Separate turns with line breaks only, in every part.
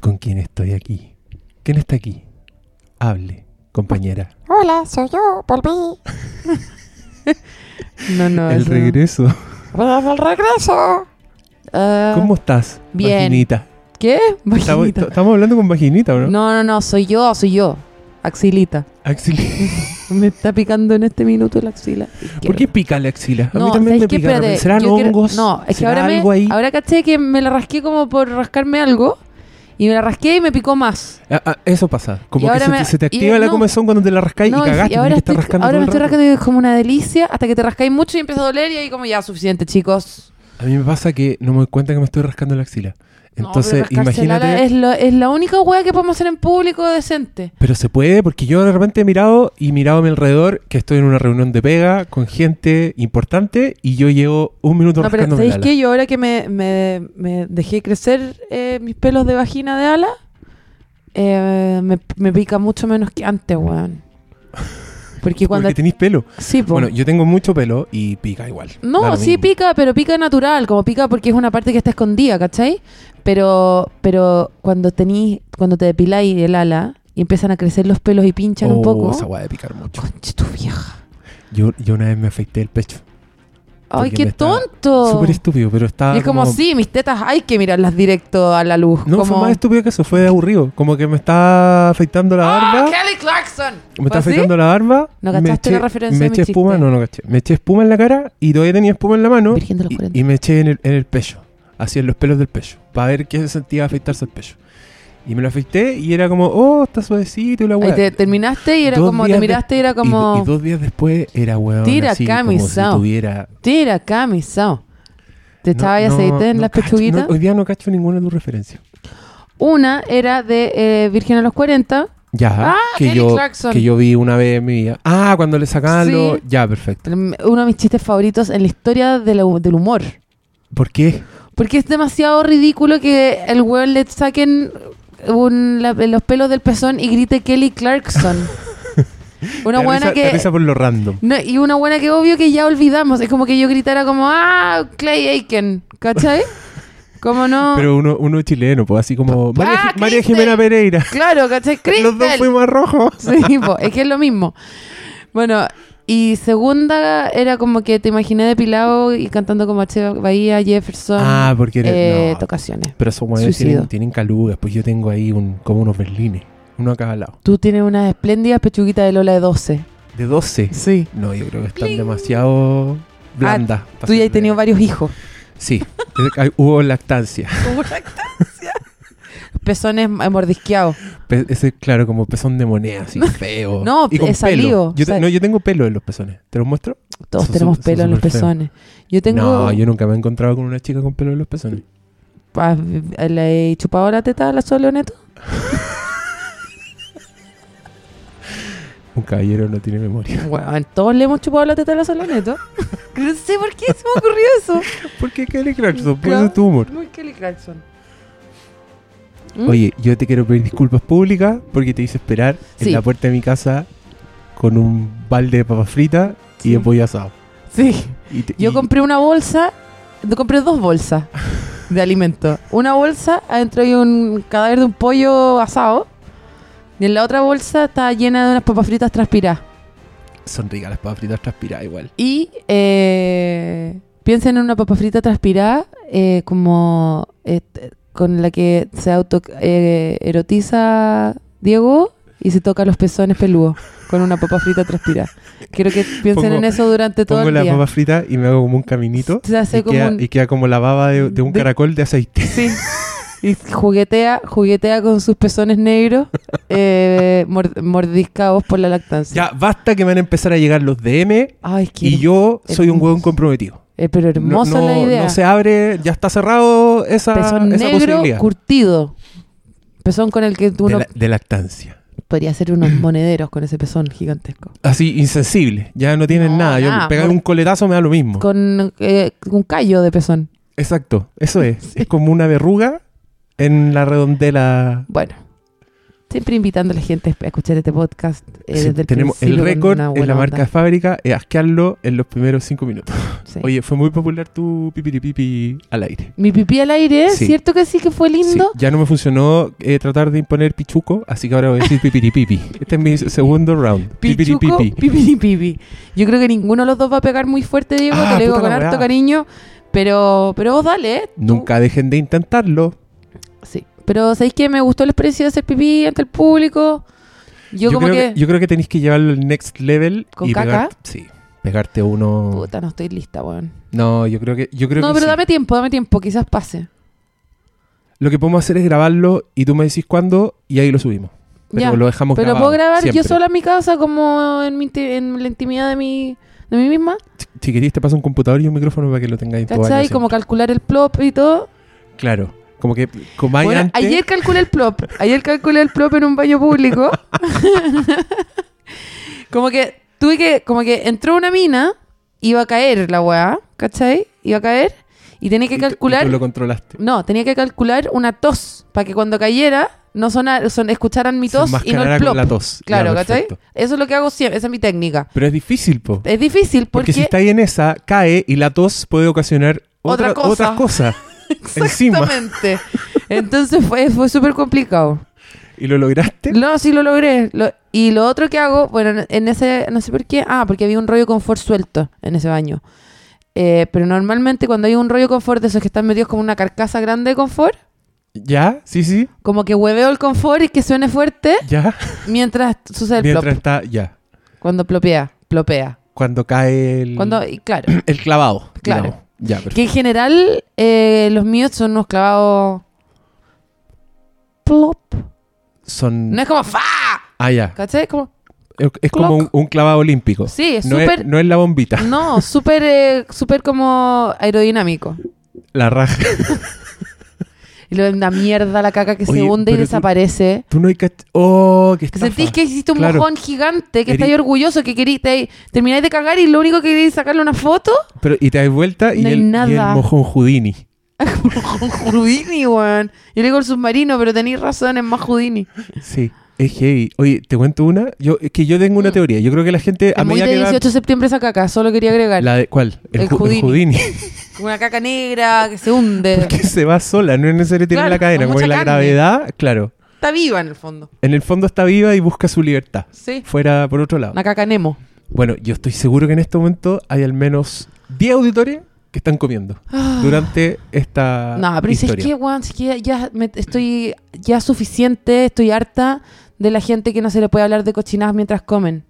¿Con quién estoy aquí? ¿Quién está aquí? Hable, compañera.
Hola, soy yo, volví.
No, no,
El
eso no.
regreso.
Desde el regreso.
Ah,
¿Cómo estás?
bien.
Vaginita.
¿Qué?
Estamos,
Vaginita.
estamos hablando con vaginita, ¿o ¿no?
No, no, no, soy yo, soy yo. Axilita.
Axil-
Me está picando en este minuto la axila.
¿Por qué pica la axila? A mí
No,
también
¿sabes
me
qué?
pica.
Espérate,
¿Serán
yo quiero-
hongos?
No, es que
¿Será
ahora, me,
algo ahí?
ahora caché que me la rasqué como por rascarme algo y me la rasqué y me picó más.
Ah, ah, eso pasa.
Y
Como que
ahora
se,
me-
te- se te
y-
activa la
no.
comezón cuando te la rascáis
No,
y cagaste.
ahora
tenés que estar
estoy-
rascando
ahora
todo
me
el
estoy
rato.
rascando y es como una delicia hasta que te rascáis mucho y empieza a doler y ahí como ya, suficiente, chicos.
A mí me pasa que no me doy cuenta que me estoy rascando la axila.
No,
Entonces,
pero rascarse la ala
imagínate.
Es, lo- es la única wea que podemos hacer en público decente.
Pero se puede, porque yo de repente he mirado y mirado a mi alrededor que estoy en una reunión de pega con gente importante y yo llevo un minuto
No, pero
rascándome
¿sabéis
la ala.
qué? Yo ahora que me, me- me dejé crecer eh, mis pelos de vagina de ala, eh, me, me pica mucho menos que antes, weón. Porque cuando...
Porque tenéis pelo.
Sí, po.
Bueno, yo tengo mucho pelo y pica igual. Da
No,
lo
sí
mismo.
pica, pero pica natural, como pica porque es una parte que está escondida, ¿cachai? Pero, pero cuando tenís, cuando te depiláis el ala y empiezan a crecer los pelos y pinchan un
Oh,
poco.
Esa hueá de picar mucho.
Conche tu vieja.
Yo, yo una vez me afeité el pecho.
Ay,
Porque
qué
me está
tonto.
Súper estúpido, pero estaba.
Oh. Es como, sí, mis tetas hay que mirarlas directo a la luz.
No,
como...
fue más estúpido que eso, fue aburrido. Como que me estaba afeitando la barba.
Kelly Clarkson.
Ah. Me estaba
¿Fue así?
afeitando la barba.
¿Ah, ¿No
me
cachaste la
eché-
referencia
Me
de mi
eché espuma,
chiste?
no, no caché. Me eché espuma en la cara y todavía tenía espuma en la mano.
Virgen de los
y-
40.
Y, me eché en el, en el pecho, así en los pelos del pecho, para ver qué se sentía afeitarse el pecho. Y me lo afeité y era como, oh, está suavecito y la
Ahí
weá.
te terminaste y era
Dos
como, te
días de-
miraste y era como,
Y, y dos días después era weón.
Tira
así,
camisao.
Como si tuviera.
tira camisao. Te
No,
echaba
no,
aceite en
no
las
cacho,
pechuguitas.
no, hoy día no cacho ninguna de tus referencias.
Una era de eh, Virgen a los 40.
Ya,
Ah,
que,
Kelly
yo,
Clarkson.
que yo vi una vez en mi vida. Ah, cuando le sacaban
Sí.
los. Ya, perfecto.
Uno de mis chistes favoritos en la historia de la- del humor.
¿Por qué?
Porque es demasiado ridículo que el weón le saquen un- la- los pelos del pezón y grite Kelly Clarkson. Una
Te
buena
risa- te
que...
risa por lo random.
No, y una buena que obvio que ya olvidamos. Es como que yo gritara como, ah, Clay Aiken, ¿cachai? Como no...
Pero uno, uno chileno, pues así
Ah,
como María, Gi- María
Cristel!
Jimena Pereira.
Claro, ¿cachai?
Los dos
Crystal.
fuimos a rojo.
Sí, po, es que es lo mismo. Bueno, y segunda era como que te imaginé depilado y cantando como H. Bahía, Jefferson,
Ah, porque eres-
eh,
no.
tocaciones.
Pero esos hueones tienen,
Suicidio.
tienen calugas, pues yo tengo ahí un, como unos berlines, uno a cada lado.
Tú tienes unas espléndidas pechuguitas de Lola de 12.
De 12.
Sí.
No, yo creo que están
Pling.
demasiado blandas. para
Tú ya
ser
has tenido
de-
varios hijos.
Sí, es- hay- hubo lactancia.
Pezones eh, mordisqueados.
Pe- Ese, claro, como pezón de moneda, así feo.
No,
y con
he
pelo. Yo,
salido,
te-
o sea-
no, yo tengo pelo en los pezones. ¿Te los muestro?
Todos
Son
tenemos
su- son
pelo en los
superfeos.
pezones. Yo tengo...
No, yo nunca me he encontrado con una chica con pelo en los pezones.
¿Has- ¿Le he chupado la teta a la Sol Leoneto?
Un caballero no tiene memoria.
Bueno, todos le hemos chupado la teta a la Sol Leoneto. no sé por qué se me ocurrió eso.
¿Por qué Kelly Clarkson? Por
Claro.
eso tu humor.
Muy Kelly Clarkson. ¿Mm?
Oye, yo te quiero pedir disculpas públicas porque te hice esperar
Sí.
en la puerta de mi casa con un balde de papas fritas
Sí.
y de pollo asado.
Sí.
Y te-
Yo
y-
compré una bolsa, yo compré dos bolsas de alimento. Una bolsa, adentro hay un cadáver de un pollo asado. Y en la otra bolsa está llena de unas papas fritas transpiradas.
Son ricas las papas fritas transpiradas igual.
Y eh, piensen en una papa frita transpirada eh, como eh, t- con la que se auto eh, erotiza Diego y se toca los pezones peludos con una papa frita transpirada. Quiero que piensen
Pongo-
en eso durante todo
Pongo
el
las
día.
papas fritas y me hago como un caminito.
Se hace
y,
como
queda,
un-
y queda como la baba de, de un
De-
caracol de aceite.
Sí. Y juguetea, juguetea con sus pezones negros, eh, mor- mordiscados por la lactancia.
Ya, basta que me van a empezar a llegar los DM
Ay, qué
y yo
el-
soy un huevón comprometido.
her- eh, pero
No-
hermosa
no,
la idea.
No se abre, ya está cerrado esa,
Pezón
esa
negro
posibilidad.
curtido. Pezón con el que
De,
uno
la- de lactancia.
podría hacer unos monederos con ese pezón gigantesco.
Así, insensible. Ya no tienen
No,
nada. Yo
nada,
pegar
por-
un coletazo me da lo mismo.
Con eh, un callo de pezón.
Exacto, eso es. Es como una verruga en la redondela.
Bueno. Siempre invitando a la gente a escuchar este podcast eh,
Sí,
desde el
tenemos el
principio con
récord
una
en
buena
la marca
onda.
de fábrica es asquearlo en los primeros cinco minutos.
Sí.
Oye, fue muy popular tu pipiripipi al aire.
Mi pipí al aire,
Sí.
¿cierto que sí que fue
Sí,
lindo?
ya no me funcionó eh, tratar de imponer pichuco, así que ahora voy a decir pipiripipi. Este es mi segundo round.
Pichuco,
Pipiripipi.
pipiripipi. Yo creo que ninguno de los dos va a pegar muy fuerte, Diego,
Ah,
te lo digo
puta
con
la
harto
weá.
cariño, pero, pero vos dale, ¿eh? Tú-
Nunca dejen de intentarlo.
Sí. Pero ¿sabéis que me gustó la experiencia de hacer pipí ante el público? Yo, como
creo
que,
yo creo que tenéis que llevarlo al next level
¿Con
y
caca?
pegar- sí, pegarte uno.
puta, no estoy lista, weón.
No, yo creo que yo creo
No,
que
pero
sí.
dame tiempo, dame tiempo, quizás pase.
Lo que podemos hacer es grabarlo y tú me decís cuándo y ahí lo subimos. Pero
Ya,
lo dejamos
Pero
grabado
puedo grabar yo
siempre.
sola en mi casa, como en, mi inti- en la intimidad de mi, de mí misma,
Si- Si querís te paso un computador y un micrófono para que lo tengáis en tu baño
¿cachai? Como
siempre.
calcular el plop y todo.
Claro, como que comáis
Bueno,
antes.
ayer calculé el plop. Ayer calculé el plop en un baño público. como que tuve que, como que entró una mina, iba a caer la weá, ¿cachai? Iba a caer y tenía
y
que
tú- y
calcular.
tú lo controlaste.
No, tenía que calcular una tos para que cuando cayera no sonara, son, escucharan mi
Se
tos y no
enmascarara
el
con
plop.
la tos. Ya,
Claro, ¿cachai?
perfecto.
Eso es lo que hago siempre, esa es mi técnica.
Pero es difícil, po.
Es difícil
Porque
porque,
si estáis en esa, cae y la tos puede ocasionar otra,
Otra cosa.
otras cosas. encima.
exactamente. Entonces fue, fue súper complicado.
¿Y lo lograste?
No, sí lo logré. Lo- y lo otro que hago, bueno, en- en ese, no sé por qué, ah, porque había un rollo confort suelto en ese baño. Eh, pero normalmente cuando hay un rollo confort de esos que están metidos como una carcasa grande de confort,
¿Ya? Sí, sí.
como que hueveo el confort y que suene fuerte
¿Ya?
mientras sucede el
Mientras
plop.
está... Ya.
Cuando plopea, plopea.
Cuando cae el...
Cuando, y claro,
El clavado.
Claro.
digamos. Ya, perfecto.
que en general eh, los míos son unos clavados plop.
Son...
No es como fa,
Ah, ya.
¿cachai? Como,
Es, es como un,
Clock.
un clavado olímpico.
sí, es
no,
súper, Mm.
es, no es la bombita.
no, súper, eh, súper como aerodinámico.
La raja.
Y lo la mierda, la caca que se
Oye,
hunde y
pero tú-
desaparece.
Tú no hay que... Oh, que
Que
estafa.
sentís que hiciste un
Claro.
mojón gigante, que
Querí-
estáis orgulloso, que querís, te- termináis de cagar y lo único que queréis es sacarle una foto.
Pero, y te das vuelta y,
No hay
el, y el
nada.
mojón Houdini.
Con Houdini, weón. Yo le digo el submarino, pero tenéis razón, es más Houdini.
Sí. Es heavy. Oye, ¿te cuento una? Yo, es que yo tengo una
Mm.
teoría. Yo creo que la gente... A
Es muy
medida
de
que va-
18 de septiembre esa caca, solo quería agregar.
La de, ¿Cuál?
El
Ju-
Houdini.
Houdini.
Una caca negra que se hunde.
Porque se va sola, no es necesario tirar
Claro,
la cadena.
con
Como que
mucha
la
carne.
gravedad, claro.
Está viva en el fondo.
En el fondo está viva y busca su libertad.
Sí.
Fuera por otro lado.
Una caca Nemo.
Bueno, yo estoy seguro que en este momento hay al menos 10 auditores que están comiendo
Ah.
durante esta
No, pero si es
historia.
que, weón, si es que ya me- estoy ya suficiente, estoy harta de la gente que no se le puede hablar de cochinadas mientras comen.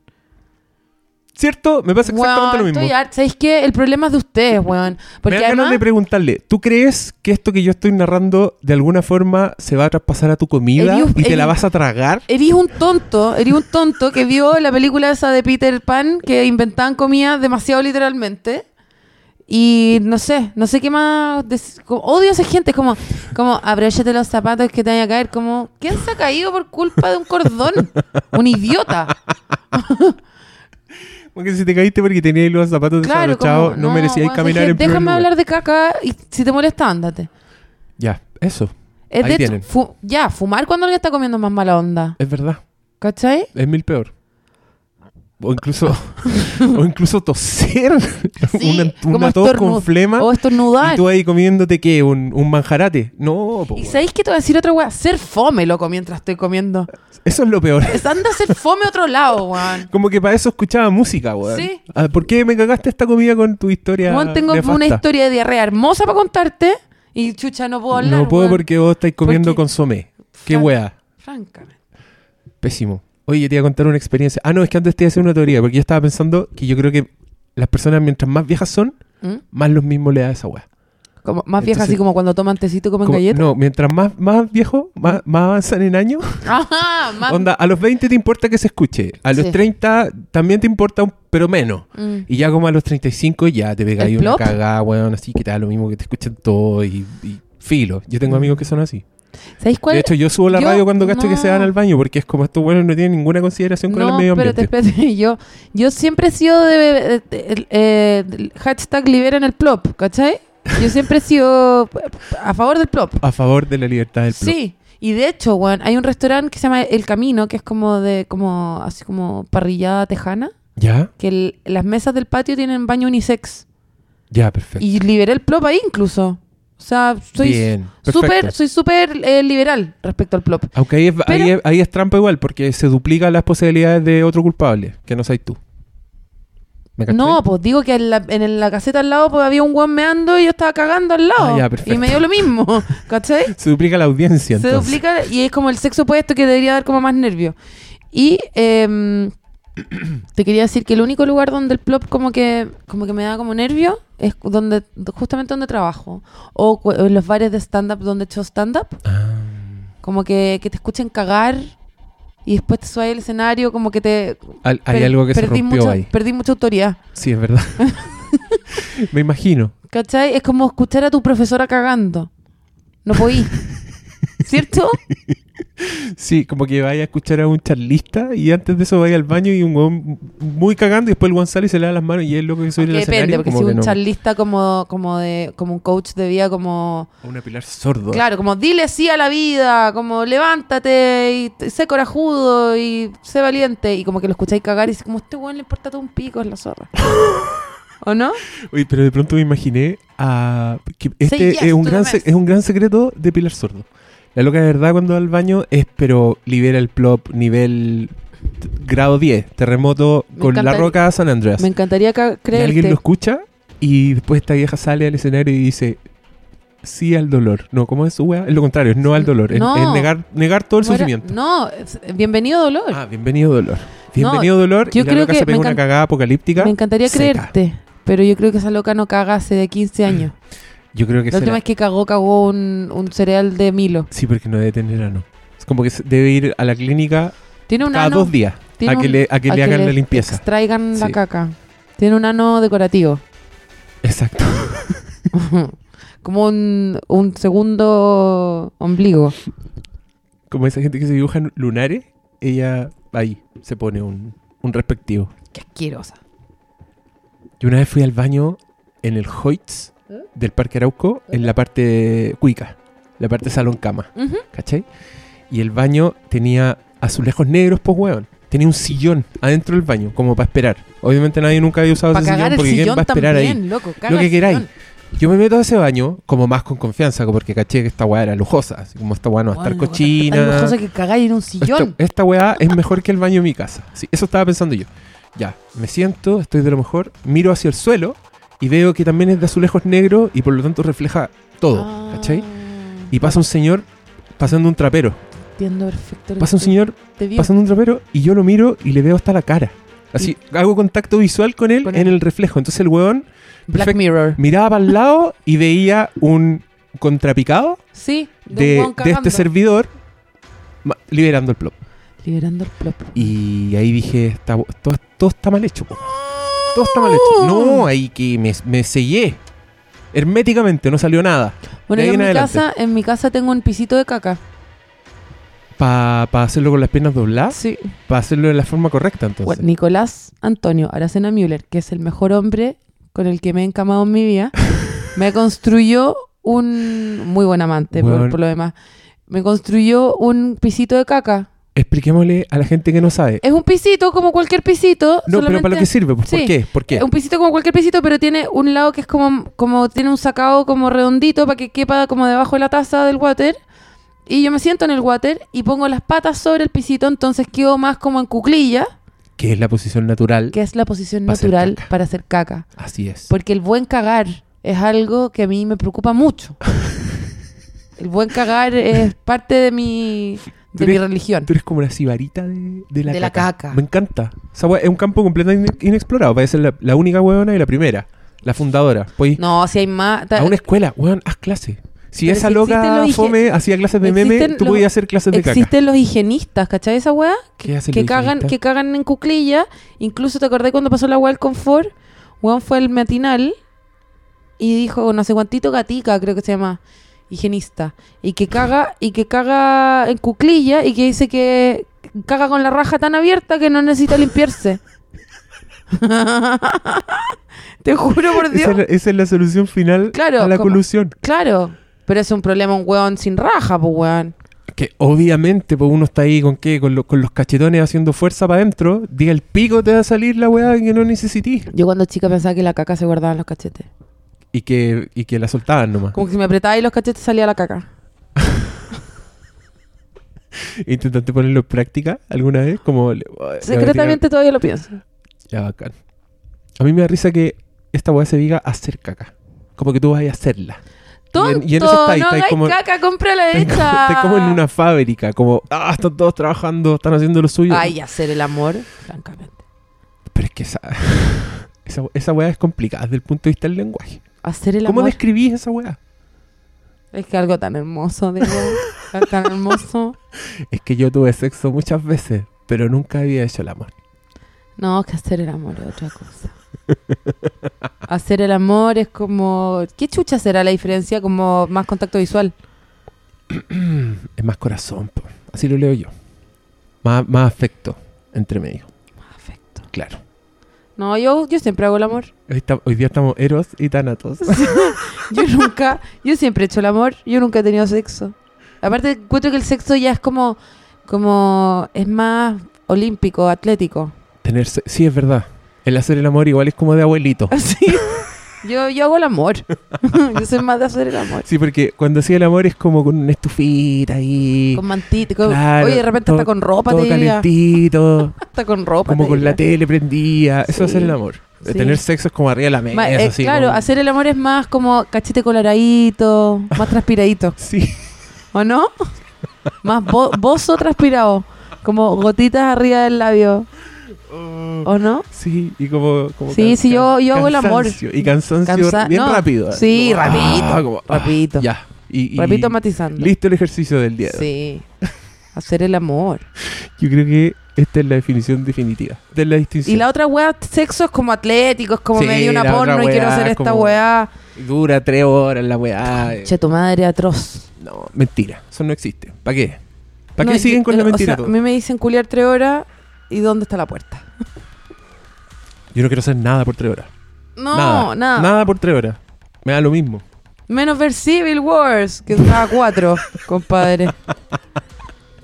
¿Cierto? Me pasa exactamente
Weón,
lo mismo.
estoy harta. ¿Sabéis qué? El problema es de ustedes, weón. Porque
Me dan ganas
además,
de preguntarle, ¿tú crees que esto que yo estoy narrando de alguna forma se va a traspasar a tu comida
Eliu-
y te la
Eliu-
vas a tragar?
erís un tonto, erís un tonto que vio la película esa de Peter Pan que inventaban comida demasiado literalmente. Y no sé, no sé qué más. des- como- odio a esa gente, como, como abróchate los zapatos que te vaya a caer. Como, ¿quién se ha caído por culpa de un cordón? Un idiota.
Porque si te caíste porque tenías los zapatos
Claro,
desabrochados,
como,
no, merecías
weón,
caminar
dije,
en primer
Déjame
lugar".
hablar de caca y si te molesta, ándate.
Ya, eso.
Es
Ahí
de hecho,
tienen.
fu- ya, fumar cuando alguien está comiendo es más mala onda.
Es verdad.
¿Cachai?
Es mil peor. O incluso, o incluso toser. una
como
una tos
estornu-
con flema.
O
Y
estornudar.
tú ahí comiéndote, ¿qué? ¿Un, un manjarate? No, po,
¿Y
weón.
sabéis que te voy a decir otra weá? Ser fome, loco, mientras estoy comiendo.
Eso es lo peor.
Es anda a ser fome a otro lado, weón.
Como que para eso escuchaba música, weón.
Sí.
Ah, ¿Por qué me cagaste esta comida con tu historia
Weón, tengo una
nefasta?
historia de diarrea hermosa para contarte y chucha, no puedo hablar.
No puedo
weón.
porque vos estáis comiendo
Porque-
consomé. Qué
Fran-
weá.
Francamente.
Pésimo. Oye, te iba a contar una experiencia. Ah, no, es que antes te iba a hacer una teoría. Porque yo estaba pensando que yo creo que las personas mientras más viejas son,
¿Mm?
más los mismos le da esa weá.
Como, más vieja,
Entonces-
así como cuando toman tecito y comen
Como-
galletas.
No, mientras más, más viejo, más, más avanzan en años.
Ajá, más.
Onda, a los 20 te importa que se escuche. A los
Sí.
30 también te importa, un- pero menos.
Mm.
Y ya como a los 35 ya te pegáis
¿El
una
plop?
cagada, weón, así que te da lo mismo que te escuchen todo y, y filo. Yo tengo amigos que son así.
¿Sabéis Mm. cuál?
De hecho, yo subo la
Yo-
radio cuando cacho que se van
no.
al baño porque es como estos weones no tienen ninguna consideración con el medio
pero te
ambiente.
espérate, yo, yo siempre he sido de, de- de- eh, del hashtag liberan el plop, ¿cachai? Yo siempre he sido a favor del plop.
A favor de la libertad del plop.
Sí. Y de hecho, weón, hay un restaurante que se llama El Camino, que es como de, como, así como parrillada tejana,
Ya,
que el- las mesas del patio tienen baño unisex.
ya, perfecto.
Y liberé el plop ahí incluso. O sea, soy
Bien,
súper,
perfecto.
soy súper eh, liberal respecto al plop.
Aunque ahí es, ahí
Pero-
es- ahí es trampa igual, porque se duplican las posibilidades de otro culpable, que no seas tú. ¿Me cachai?
No, pues digo que en la, en la caseta al lado pues, había un guan meando y yo estaba cagando al lado.
Ah, ya, perfecto.
Y me dio lo mismo, ¿cachai?
Se duplica la audiencia,
Se
entonces.
duplica y es como el sexo opuesto que debería dar como más nervio. Y em, te quería decir que el único lugar donde el plop como que, como que me da como nervio es donde justamente donde trabajo. O, cu- o en los bares de stand-up donde he hecho stand-up.
Ah,
Como que, que te escuchen cagar y después te sube el escenario, como que te...
al- hay
per-
algo que se
perdí
rompió
mucha-
ahí.
Perdí mucha autoridad.
Sí, es verdad. Me imagino.
¿Cachai? Es como escuchar a tu profesora cagando. No podí. ¿Cierto?
Sí, como que vaya a escuchar a un charlista y antes de eso vaya al baño y un hueón muy cagando y después el guan sale y se le da las manos y es loco que sube en el
Depende,
escenario.
porque
como
si
que
un
no.
charlista como, como de, como un coach de vida, como
Una pilar sordo.
claro, como dile sí a la vida, como levántate y t- sé corajudo y sé valiente, y como que lo escucháis cagar y dices como este weón le importa todo un pico, es la zorra. ¿O no?
Oye, pero de pronto me imaginé a. que este
Say yes
es, un
to the
gran, se-
mess.
es un gran secreto de Pilar Sordo. La loca de verdad cuando va al baño es, pero libera el plop nivel t- grado 10, terremoto
Me
con la
encanta-
roca San Andreas.
Me encantaría ca-
Y alguien
creerte.
lo escucha y después esta vieja sale al escenario y dice sí al dolor. No, ¿cómo es su weá? Es lo contrario, es no al dolor, es-
No.
es, negar, negar todo el
Muera-
sufrimiento.
No, es- bienvenido dolor.
Ah, bienvenido dolor. Bienvenido dolor.
yo
y la
creo
loca
que
se pega
me
una
encan-
cagada apocalíptica.
Me encantaría
seca. Mm,
creerte, pero yo creo que esa loca no caga hace de 15 años.
Yo creo que
La
se
última
la-
vez que cagó, cagó un, un cereal de Milo.
Sí, porque no debe tener ano. Es como que se- debe ir a la clínica
Tiene un
cada
ano,
dos días
tiene
a que
un-
le, a que
a
le
que
hagan
le
la limpieza.
extraigan la
Sí.
caca. Tiene un ano decorativo.
Exacto.
Como un, un segundo ombligo.
Como esa gente que se dibujan lunares, ella ahí se pone un, un respectivo.
Qué asquerosa.
Yo una vez fui al baño en el Hoyts
¿Eh?
del Parque Arauco, en la parte cuica, la parte salón cama,
Ujú.
¿cachai? Y el baño tenía azulejos negros, pues weón. Tenía un sillón adentro del baño, como para esperar. Obviamente nadie nunca había usado
Para
ese sillón
cagar el
porque ¿quién va
sillón
a esperar ahí?
también, loco. caga
lo que
el
queráis.
sillón.
Yo me meto a ese baño como más con confianza, como porque caché que esta weá era lujosa. Así como esta weá no va a estar
Bueno,
cochina.
Hay cosas que cagáis en un
Esta,
sillón.
esta weá es mejor que el baño de mi casa. Sí, eso estaba pensando yo. Ya, me siento, estoy de lo mejor, miro hacia el suelo y veo que también es de azulejos negros y por lo tanto refleja todo,
Ah,
¿cachai? Y pasa un señor pasando un trapero.
Entiendo perfecto. lo
Pasa un
que
señor
te digo.
pasando un trapero y yo lo miro y le veo hasta la cara. Así, hago contacto visual con él
Con
en
él.
el reflejo. Entonces el weón
Black
perfecto.
Mirror.
miraba para el lado y veía un contrapicado
Sí, de, un
de,
hueón
de
cagando.
este servidor ma- liberando el plop.
Liberando el plop.
Y ahí dije, está, todo, todo está mal hecho. po. Todo está mal hecho.
Oh.
No, ahí que me, me sellé. Herméticamente, no salió nada.
Bueno,
De
yo
ahí
en
en
mi,
adelante.
casa, en mi casa tengo un pisito de caca.
Para hacerlo con las piernas dobladas,
Sí.
para hacerlo de la forma correcta entonces.
Bueno, Nicolás Antonio Aracena Müller, que es el mejor hombre con el que me he encamado en mi vida, me construyó un muy buen amante, por-
Bueno.
por, lo demás. Me construyó un pisito de caca.
Expliquémosle a la gente que no sabe.
Es un pisito como cualquier pisito.
No, pero para lo
Eh, solamente-
que sirve, pues, ¿por
Sí.
qué? ¿Por qué?
Es un pisito como cualquier pisito, pero tiene un lado que es como, como tiene un sacado como redondito para que quepa como debajo de la taza del water. Y yo me siento en el water y pongo las patas sobre el pisito, entonces quedo más como en cuclilla,
Que es la posición natural.
que es la posición
Para hacer
natural
caca.
para hacer caca.
Así es.
Porque el buen cagar es algo que a mí me preocupa mucho. El buen cagar es parte de mi,
Tú
de mi
eres-
religión.
Tú eres como una sibarita de, de la
De la
caca.
caca.
Me encanta. Esa wea es un campo completamente in- inexplorado. Parece la, la única huevona y la primera. La fundadora. Pues
No, si hay más... ta-
a una escuela, weón, haz clases. Si
Pero
esa
si existen
loca
los hige-
fome hacía clases de meme,
existen
tú
los-
podías hacer clases de caca.
Existen los higienistas, ¿cachai esa weá?
¿Qué
Que,
hacen
que
los
cagan,
higienistas?
que cagan en cuclilla. Incluso te acordé cuando pasó la weá del confort. Weón fue el matinal y dijo, no sé cuantito gatica, creo que se llama, higienista. Y que caga, y que caga en cuclilla y que dice que caga con la raja tan abierta que no necesita limpiarse. te juro por Dios.
Esa es, la, esa es la solución final
Claro,
a la
como-
colusión.
Claro. Pero es un problema un weón sin raja, pues weón.
Que obviamente, pues uno está ahí con qué, con, lo- con los cachetones haciendo fuerza para adentro, diga el pico te va a salir la weá que no necesitís.
Yo cuando chica pensaba que la caca se guardaba en los cachetes.
Y que, y que la soltaban nomás.
Como que si me apretaba y los cachetes salía la caca.
¿Intentaste ponerlo en práctica alguna vez? Como le- ah, le voy a tirar-
Secretamente todavía lo pienso.
Ya, bacán. A mí me da risa que esta weá se diga hacer caca. Como que tú vas a hacerla. Y
¡Tonto!
en- y en eso está ahí,
no
está ahí
hagáis
como-
caca, compra la
Estás como,
hecha.
estás como en una fábrica, como, ah, están todos trabajando, están haciendo lo suyo.
Ay, hacer el amor, francamente.
Pero es que esa, esa, esa weá es complicada desde el punto de vista del lenguaje.
Hacer el
¿Cómo
amor
describís esa weá?
es que algo tan hermoso, digo. tan hermoso.
Es que yo tuve sexo muchas veces, pero nunca había hecho el amor.
No, que hacer el amor es otra cosa. hacer el amor es como... ¿Qué chucha será la diferencia? Como más contacto visual.
Es más corazón, po. así lo leo yo. Más, más afecto entre medio,
Afecto.
claro.
No, yo, yo siempre hago el amor.
Hoy, esta- hoy día estamos Eros y Thanatos.
Yo nunca, yo siempre he hecho el amor, yo nunca he tenido sexo. Aparte, encuentro que el sexo ya es como, como, es más olímpico, atlético.
Tener se- sí, es verdad. El hacer el amor igual es como de abuelito.
Así. Yo, yo hago el amor. yo soy más de hacer el amor.
Sí, porque cuando hacía el amor es como con una estufita ahí.
Con mantita, con-
Claro,
oye, de repente
todo-
hasta con ropa
todo
te diría.
calentito,
Hasta con ropa
como
te
con la
diría.
tele prendida. Eso es
Sí.
hacer el amor. De
Sí.
Tener sexo es como arriba de la mesa.
Ma- eh,
así,
claro,
como-
hacer el amor es más como cachete coloradito, más transpiradito,
Sí,
¿o no? Más bo- bozo transpirado, como gotitas arriba del labio, ¿o no?
sí, y como. como
Oh. Sí, sí, yo- yo hago el amor.
cansancio, Y cansancio
Cansa-
bien
no.
rápido.
Sí,
Como,
rapidito,
ah, como, ah,
rapidito.
ya. Y, y
Repito matizando.
Listo el ejercicio del día.
Sí. Hacer el amor.
Yo creo que esta es la definición definitiva. Esta es la distinción.
Y la otra weá, sexo es como atlético, es como
Sí,
me di una
la otra
porno y
weá
quiero hacer
es
esta
como-
weá.
Dura tres horas la weá. eh.
Ah, Che, tu madre atroz.
No, mentira. Eso no existe. ¿Para qué? ¿Para
No,
qué siguen
yo-
con la
o sea,
mentira?
a
todo?
mí me dicen culiar tres horas y ¿dónde está la puerta?
Yo no quiero hacer nada por tres horas.
No,
nada,
nada.
Nada por tres horas. Me da lo mismo.
Menos ver Civil Wars, que duraba cuatro, compadre.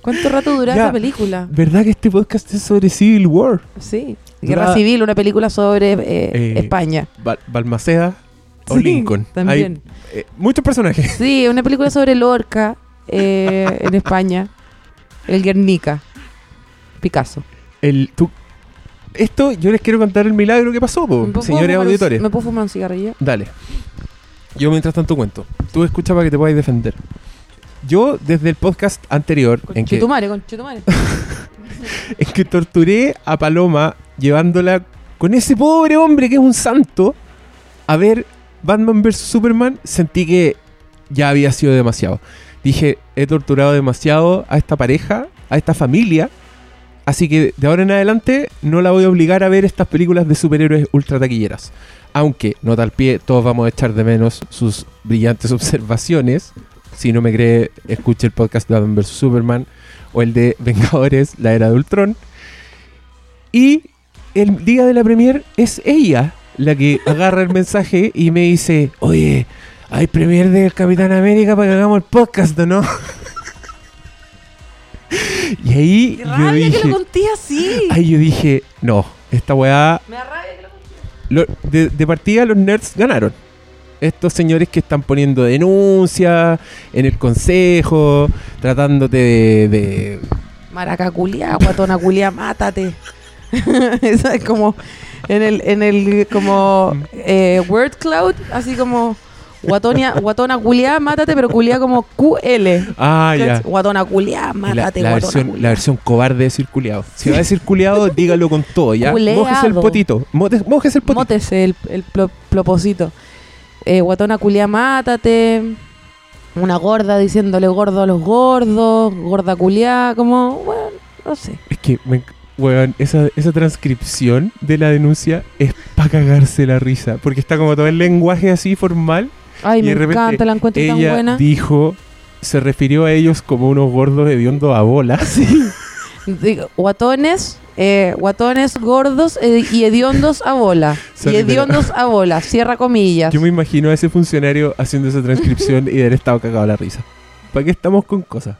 ¿Cuánto rato duraba
Ya.
esa película?
¿Verdad que este podcast es sobre Civil War?
Sí. Guerra
Duraba-
Civil, una película sobre eh,
Eh,
España.
Bal- Balmaceda o
Sí,
Lincoln.
También.
Hay, eh, muchos personajes.
Sí, una película sobre Lorca eh, en España. El Guernica. Picasso.
El, tú- esto yo les quiero contar el milagro que pasó, po,
¿Me puedo
Uh, señores
fumar un-
auditores.
¿Me puedo fumar un cigarrillo?
Dale. Yo mientras tanto cuento. Tú escucha para que te podáis defender. Yo, desde el podcast anterior, en que,
Conchetumare, conchetumare.
en que torturé a Paloma llevándola con ese pobre hombre que es un santo a ver Batman vs. Superman, sentí que ya había sido demasiado. Dije, he torturado demasiado a esta pareja, a esta familia, así que de ahora en adelante no la voy a obligar a ver estas películas de superhéroes ultra taquilleras. Aunque, nota al pie, todos vamos a echar de menos sus brillantes observaciones. Si no me cree, escuche el podcast de Batman vs. Superman o el de Vengadores, la era de Ultron. Y el día de la premier es ella la que agarra el mensaje y me dice, oye, hay premier del Capitán América para que hagamos el podcast, ¿o no? y ahí
Qué
yo
rabia que
dije,
lo conté así.
ahí yo dije, no, esta weá
Me da rabia que lo conté.
lo- de, de partida los nerds ganaron. Estos señores que están poniendo denuncias en el consejo, tratándote de... de-
Maraca culiá, guatona culiá, mátate. Eso es como en el, en el como eh, word cloud, así como guatonia, guatona culiá, mátate, pero culiá como QL.
Ah, ya.
¿Cach? Guatona culiá,
Y La,
mátate,
la
guatona
versión, la
culiá.
versión cobarde de decir culiado. Si va a decir culiado, dígalo con todo, ¿ya?
Culeado.
Mójese el potito. mote- Mójese el potito.
Mótese el, el plo- propósito. Eh, guatona culiá, mátate. Una gorda diciéndole gordo a los gordos. Gorda culiá, como, bueno, no sé.
Es que, me, weón, esa, esa transcripción de la denuncia es para cagarse la risa. Porque está como todo el lenguaje así formal.
Ay,
Y
me
de repente
encanta, la encuentro tan
Ella
buena.
dijo, se refirió a ellos como unos gordos hediondos a bolas.
Digo, guatones, eh, guatones gordos eh, y hediondos a bola.
Sorry,
y hediondos a bola, cierra comillas.
Yo me imagino a ese funcionario haciendo esa transcripción y de haber estado cagado la risa. ¿Para qué estamos con cosas?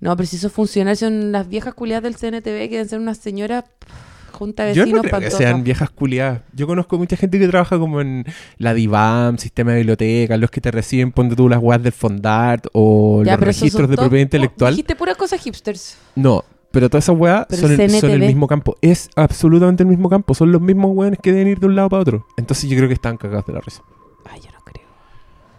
No, pero si esos funcionarios son las viejas culiadas del CNTV que deben ser unas señoras pff, junta de
Yo no
vecinos
creo que
pantosas.
sean viejas culiadas. Yo conozco mucha gente que trabaja como en la DIVAM, sistema de biblioteca, los que te reciben, ponte tú las weas del Fondart o
Ya,
los
pero esos
registros
son
de
todos-
propiedad
no,
intelectual.
dijiste puras cosas hipsters.
No, pero todas esas weas
Pero
son,
el
el- son el
CNTV.
mismo campo. Es absolutamente el mismo campo. Son los mismos weones que deben ir de un lado para otro. Entonces yo creo que están cagados de la risa.
Ay, yo no creo.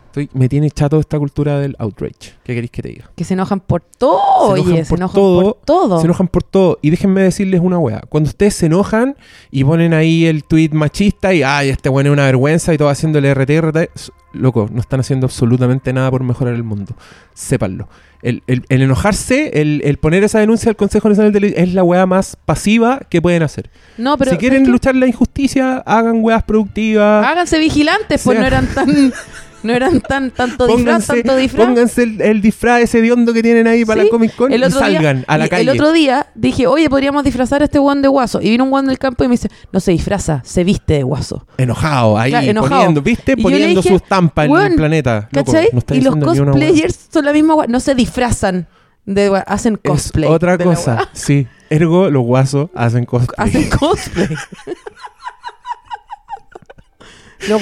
Estoy- me tiene chato esta cultura del outrage. ¿Qué queréis que te diga?
Que se enojan por todo,
Se enojan
oye, se
por
enojan
todo,
por todo.
Se enojan por todo. Y déjenme decirles una wea. Cuando ustedes se enojan y ponen ahí el tweet machista y, ay, este weón es una vergüenza y todo haciéndole RT, RT, s- loco, no están haciendo absolutamente nada por mejorar el mundo. Sépanlo. El, el- el enojarse, el, el poner esa denuncia al Consejo Nacional de Tele- es la wea más pasiva que pueden hacer.
No, pero
si quieren
¿sabes qué?
luchar la injusticia, hagan weas productivas.
háganse vigilantes, pues
Sean-
no eran tan no eran tan tanto disfraz,
Pónganse,
tanto disfraz.
pónganse el, el disfraz ese de hondo que tienen ahí para
Sí,
la Comic Con
el
y
otro día-
salgan a la
y
calle.
El otro día dije, oye, podríamos disfrazar a este guan de guaso. Y vino un guan del campo y me dice, no se disfraza, se viste de guaso.
Enojado, ahí
Claro, enojado.
poniendo, ¿viste?
Y yo le
poniendo
dije,
su estampa en
"Weón,
el planeta. Loco,
¿Cachai?
no está
y los
diciendo ni una hueá.
cosplayers son la misma guan, no se disfrazan de gua- hacen
Es
cosplay.
otra
de la
cosa,
gua-
sí. Ergo, los guasos hacen cosplay.
Hacen cosplay. los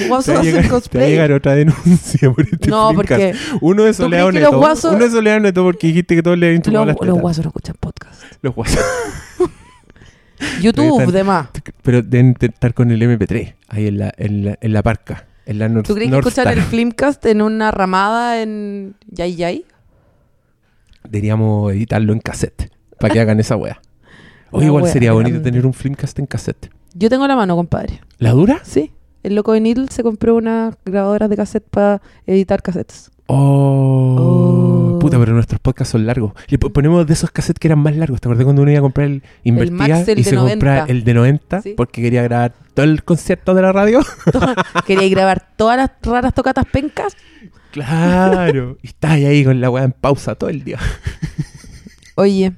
Te
guasos
va a
hacen
llegar- Te va a
cosplay.
llegar otra denuncia por este
no,
podcast.
porque
Uno de soleado
crees
neto.
que los guasos-
Uno de soleado neto porque dijiste que todos le habían chupado
los,
las
los
tetas.
guasos no escuchan podcast.
Los guasos.
YouTube,
están-
demás.
Pero deben estar con el MP3, ahí en la, en la, en la parca. En la North,
¿Tú crees que
North
escuchan
Star.
el Flimcast en una ramada en Yay Yay?
Deberíamos editarlo en cassette para que hagan esa wea. O
Una
igual
wea
sería bonito
grande.
tener un filmcast en cassette.
Yo tengo la mano, compadre.
¿La dura?
Sí. El loco de Needle se compró unas grabadoras de cassette para editar cassettes.
Oh,
Oh.
Puta, pero nuestros podcasts son largos. Le po- ponemos de esos cassettes que eran más largos. ¿Te acuerdas cuando uno iba a comprar el invertía
Maxell
y
de
se compraba
90?
el de 90
Sí.
porque quería grabar todo el concierto de la radio?
Quería ir a grabar todas las raras tocatas pencas.
claro. y estás ahí con la weá en pausa todo el día.
Oye.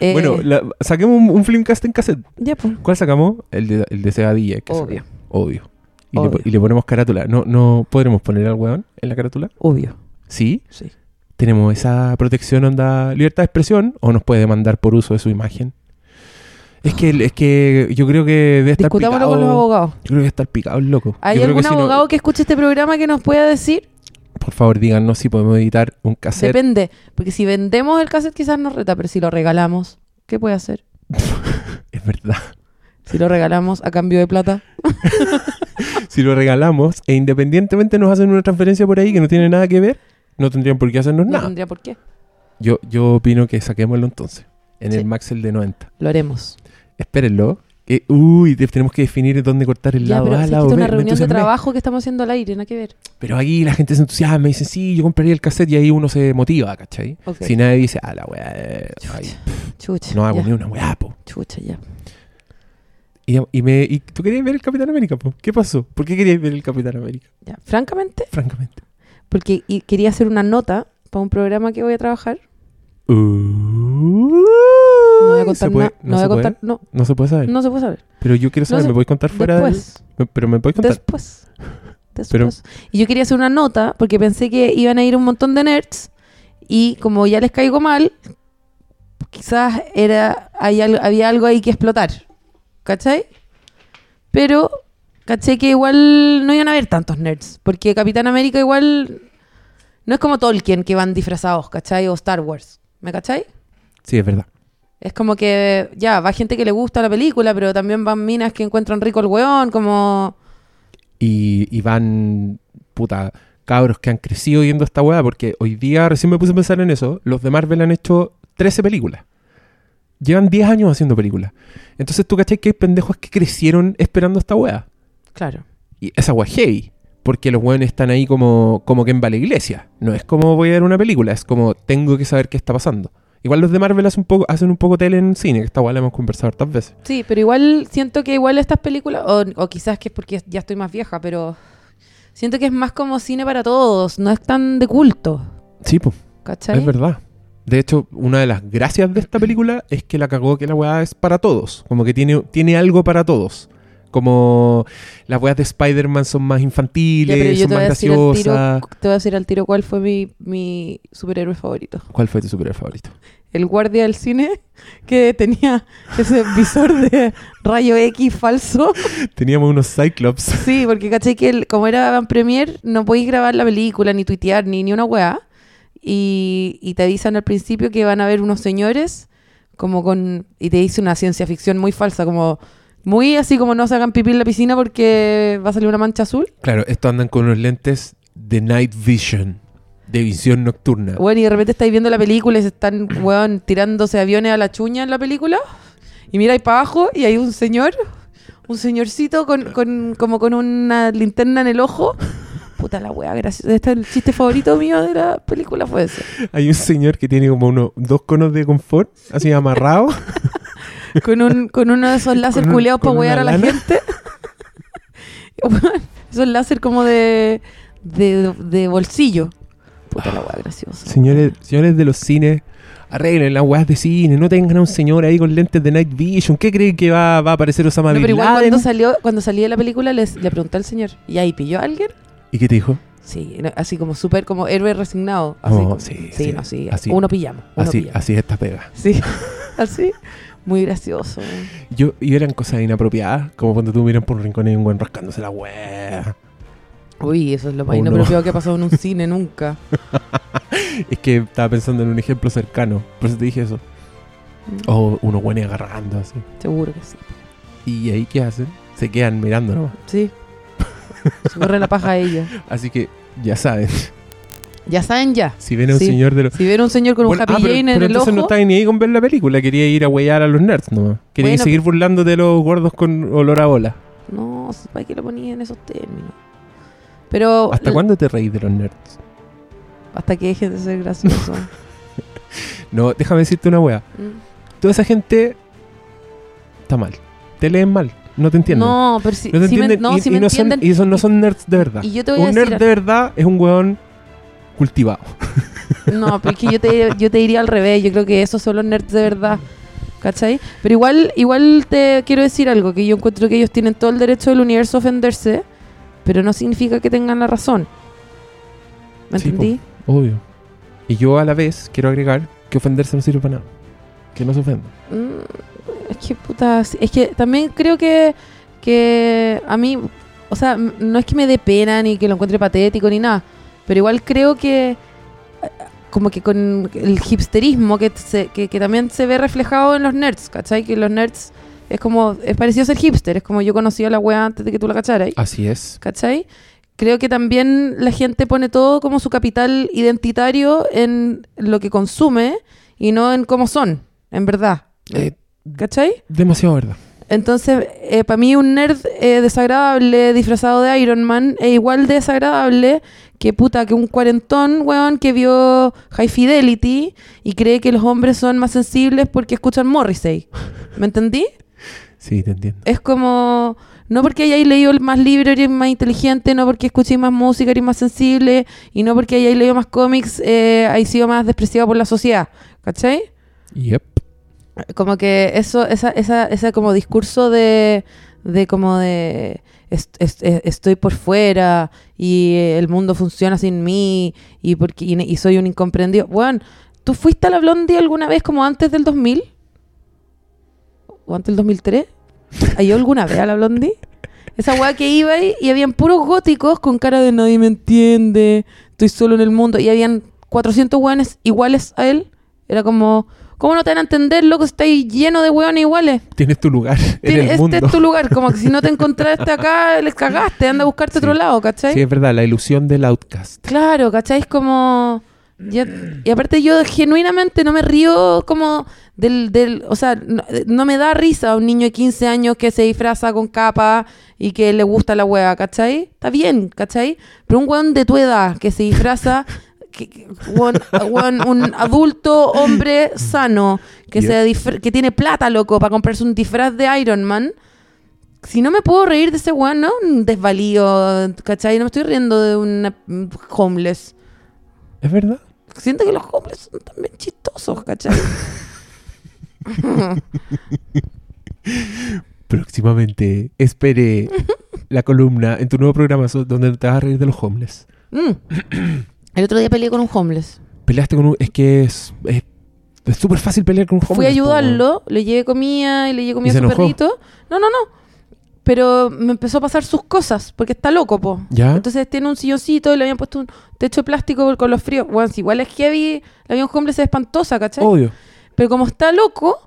eh,
Bueno, la- saquemos un, un filmcast en cassette.
ya pues.
¿Cuál sacamos? El de, el de Sega DJ. que
Obvio.
sacamos. Obvio. Y, le po-
Obvio.
y le ponemos carátula. ¿No, ¿No podremos poner al weón en la carátula?
Obvio.
Sí.
Sí.
tenemos esa protección onda libertad de expresión o nos puede demandar por uso de su imagen. Es que es que yo creo que debe estar
Discutámoslo
picado.
con los abogados.
Yo creo que debe estar picado el loco.
¿Hay
Yo creo
algún
que si no-
abogado que escuche este programa que nos pueda decir?
por favor, díganos si podemos editar un cassette.
Depende. Porque si vendemos el cassette quizás nos reta, pero si lo regalamos, ¿qué puede hacer?
Es verdad.
Si lo regalamos a cambio de plata.
si lo regalamos e independientemente nos hacen una transferencia por ahí que no tiene nada que ver, no tendrían por qué hacernos
No
nada.
tendría por qué.
Yo yo opino que saquémoslo entonces en el
Sí.
Maxel de 90.
Lo haremos.
Espérenlo. que- uy, te- tenemos que definir dónde cortar el
Ya,
lado
pero
A,
si
lado
es
B.
una
Me
reunión de
entusiasmé.
trabajo que estamos haciendo al aire, nada que ver.
Pero aquí la gente se entusiasma y dice, sí, yo compraría el cassette y ahí uno se motiva, ¿cachai?
Ok.
Si nadie dice, ah, la weá, eh, ay,
Chucha.
no hago
ya.
ni una weá, po.
Chucha, ya.
Y, y me, y tú querías ver el Capitán América, po. ¿Qué pasó? ¿Por qué querías ver el Capitán América?
ya. Francamente,
Francamente.
porque y- quería hacer una nota para un programa que voy a trabajar. No voy a
¿Se
contar
puede?
nada. No, voy
se
a contar.
puede?
No,
No se puede saber.
no se puede saber.
Pero yo quiero saber,
se-
¿me puedes contar fuera del-
Después.
me- Pero me puedes contar.
Después.
Pero-
Después. Y yo quería hacer una nota porque pensé que iban a ir un montón de nerds y como ya les caigo mal, quizás era hay al- había algo ahí que explotar. ¿Cachai? Pero caché que igual no iban a haber tantos nerds porque Capitán América igual no es como Tolkien que van disfrazados, ¿cachai? O Star Wars. ¿Me cachai?
Sí, es verdad.
Es como que ya, va gente que le gusta la película, pero también van minas que encuentran rico el weón, como...
y, y van, puta, cabros que han crecido yendo a esta weá, porque hoy día recién me puse a pensar en eso, los de Marvel han hecho 13 películas. Llevan 10 años haciendo películas. Entonces tú cachai que hay pendejos que crecieron esperando esta weá.
Claro.
Y esa weá es heavy, porque los weones están ahí como, como que en la iglesia. No es como voy a ver una película, es como tengo que saber qué está pasando. Igual los de Marvel hacen un poco, hacen un poco tele en cine, que esta weá la hemos conversado hartas veces.
Sí, pero igual siento que igual estas películas, o, o quizás que es porque ya estoy más vieja, pero siento que es más como cine para todos, no es tan de culto,
Sí, pues.
¿cachai?
Es verdad. De hecho, una de las gracias de esta película es que la cagó que la weá es para todos. Como que tiene, tiene algo para todos. Como las weas de Spider-Man son más
Ya, pero
infantiles,
yo
son
te voy,
más
a decir al tiro,
graciosas.
te voy a decir al tiro cuál fue mi, mi superhéroe favorito.
¿Cuál fue tu superhéroe favorito?
El guardia del cine que tenía ese visor de rayo X falso.
Teníamos unos Cyclops.
Sí, porque caché que el- como era Van Premier, no podéis grabar la película, ni tuitear, ni, ni una weá. Y, y te avisan al principio que van a haber unos señores, como con. Y te dice una ciencia ficción muy falsa, como. Muy así como no se hagan pipí en la piscina porque va a salir una mancha azul.
Claro, estos andan con unos lentes de night vision, de visión nocturna.
Bueno, y de repente estáis viendo la película y se están, weón, tirándose aviones a la chuña en la película. Y miráis para abajo y hay un señor, un señorcito con, con- como con una linterna en el ojo. Puta la weá, gracias. Este es el chiste favorito mío de la película, fue ese.
Hay un señor que tiene como unos dos conos de confort, así amarrado.
Con, un, con uno de esos láser
Con un-
culeados para
con
wear a
una
la
lana.
gente. Weón, esos láser como de, de, de bolsillo. Puta la weá, gracioso.
señores, señores de los cines, arreglen las weas de cine, no tengan a un señor ahí con lentes de night vision. ¿Qué creen que va, va a aparecer Osama
No,
Bin
pero igual
Laden?
cuando salió, cuando salí de la película les, le pregunté al señor, ¿y ahí pilló a alguien?
¿Y qué te dijo?
Sí, no, así como súper, como héroe resignado. Así,
Oh,
como-
sí,
sí,
sí,
no, sí,
así.
uno pillamos, uno
Así,
pillamos.
así es esta pega.
Sí, así, muy gracioso. ¿eh?
Yo, y eran cosas inapropiadas, como cuando tú miran por un rincón y hay un buen rascándose la wea.
Uy, eso es lo más
Oh, no.
inapropiado que ha pasado en un cine nunca.
Es que estaba pensando en un ejemplo cercano, por eso te dije eso. O unos buenos agarrando así.
Seguro que sí.
¿Y ahí qué hacen? Se quedan mirando nomás.
Sí. Se corre la paja a ella.
Así que ya saben,
Ya saben ya.
si ven a un
Sí.
señor de los...
Si ven un señor con
Bueno,
un happy
ah, pero,
Jane en
pero
el
entonces
ojo,
no estabas ni ahí con ver la película, quería ir a huellar a los nerds nomás. Quería
Bueno,
seguir burlándote de los gordos con olor a bola.
no, ¿para qué lo ponía en esos términos? Pero
¿Hasta cuándo te reís de los nerds?
hasta que dejen de ser gracioso.
No, déjame decirte una wea.
Mm.
Toda esa gente está mal. Te leen mal, no te entienden.
No, pero si,
No te
si me,
entienden
no,
y,
si
y
me
no son,
entienden.
y son- no son nerds de verdad.
y yo te voy a
Un nerd
decir-
de verdad es un weón cultivado.
No, porque yo te, yo te diría al revés. Yo creo que esos son los nerds de verdad. ¿Cachai? Pero igual, igual te quiero decir algo, que yo encuentro que ellos tienen todo el derecho del universo a ofenderse, pero no significa que tengan la razón. ¿Me
Sí,
entendí?
Obvio. Y yo a la vez quiero agregar que ofenderse no sirve para nada. Que no se ofenda.
Mm, es que puta, sí, es que también creo que, que a mí, o sea, m- no es que me dé pena ni que lo encuentre patético ni nada, pero igual creo que eh, como que con el hipsterismo que, se- que, que también se ve reflejado en los nerds, ¿cachai? Que los nerds es como, es parecido a ser hipster, es como yo conocía la wea antes de que tú la cacharas,
Así es.
¿cachai? Creo que también la gente pone todo como su capital identitario en lo que consume y no en cómo son, en verdad. ¿Cachai?
Eh, demasiado verdad.
Entonces, para mí un nerd eh, desagradable disfrazado de Iron Man es igual de desagradable que puta que un cuarentón, weón, que vio High Fidelity y cree que los hombres son más sensibles porque escuchan Morrissey. ¿Me entendí?
Sí, te entiendo.
Es como... No porque hayáis leído más libros, eres más inteligente, no porque escuchéis más música, eres más sensible, y no porque hayáis leído más cómics, eh, hayáis sido más despreciado por la sociedad. ¿Cachai? Eh,
Yep.
como que eso esa, esa, esa como discurso de, de como de est- est- eh, estoy por fuera y eh, el mundo funciona sin mí y porque y, ne- y soy un incomprendido bueno tú fuiste a la Blondie alguna vez como antes del 2000 o antes del 2003 ¿Ah, yo alguna vez a la Blondie esa weá que iba ahí y habían puros góticos con cara de nadie me entiende, estoy solo en el mundo. Y habían 400 weones iguales a él. Era como, ¿cómo no te van a entender, loco? si Estáis lleno de weones iguales.
Tienes tu lugar en el
Tien- este
mundo.
es tu lugar. Como que si no te encontraste acá, les cagaste, anda a buscarte otro
Sí.
lado, ¿cachai?
Sí, es verdad, la ilusión del outcast.
Claro, ¿cachai? Es como... ya- y aparte yo genuinamente no me río como del... del o sea, no, no me da risa un niño de 15 años que se disfraza con capa y que le gusta la hueá, ¿cachai? Está bien, ¿cachai? Pero un weón de tu edad que se disfraza... que- que- weón- weón, un adulto hombre sano que, se disfra- que tiene plata, loco, para comprarse un disfraz de Iron Man si no me puedo reír de ese weón, no un desvalío, ¿cachai? No me estoy riendo de un mm, homeless.
Es verdad.
Siento que los homeless son también chistosos, ¿cachai?
Próximamente, espere la columna en tu nuevo programa so- donde te vas a reír de los homeless.
Mm. El otro día peleé con un homeless.
Peleaste con un. Es que es. Es es súper fácil pelear con un homeless.
Fui a
po, weón.
ayudarlo, le llevé comida y le llevé comida
se
a su
enojó?
perrito. No, no, no. Pero me empezó a pasar sus cosas, porque está loco, po.
¿Ya?
Entonces tiene un silloncito y le habían puesto un techo de plástico con los fríos. Bueno, si igual es heavy, la avión homeless es espantosa, ¿cachai?
Obvio.
Pero como está loco,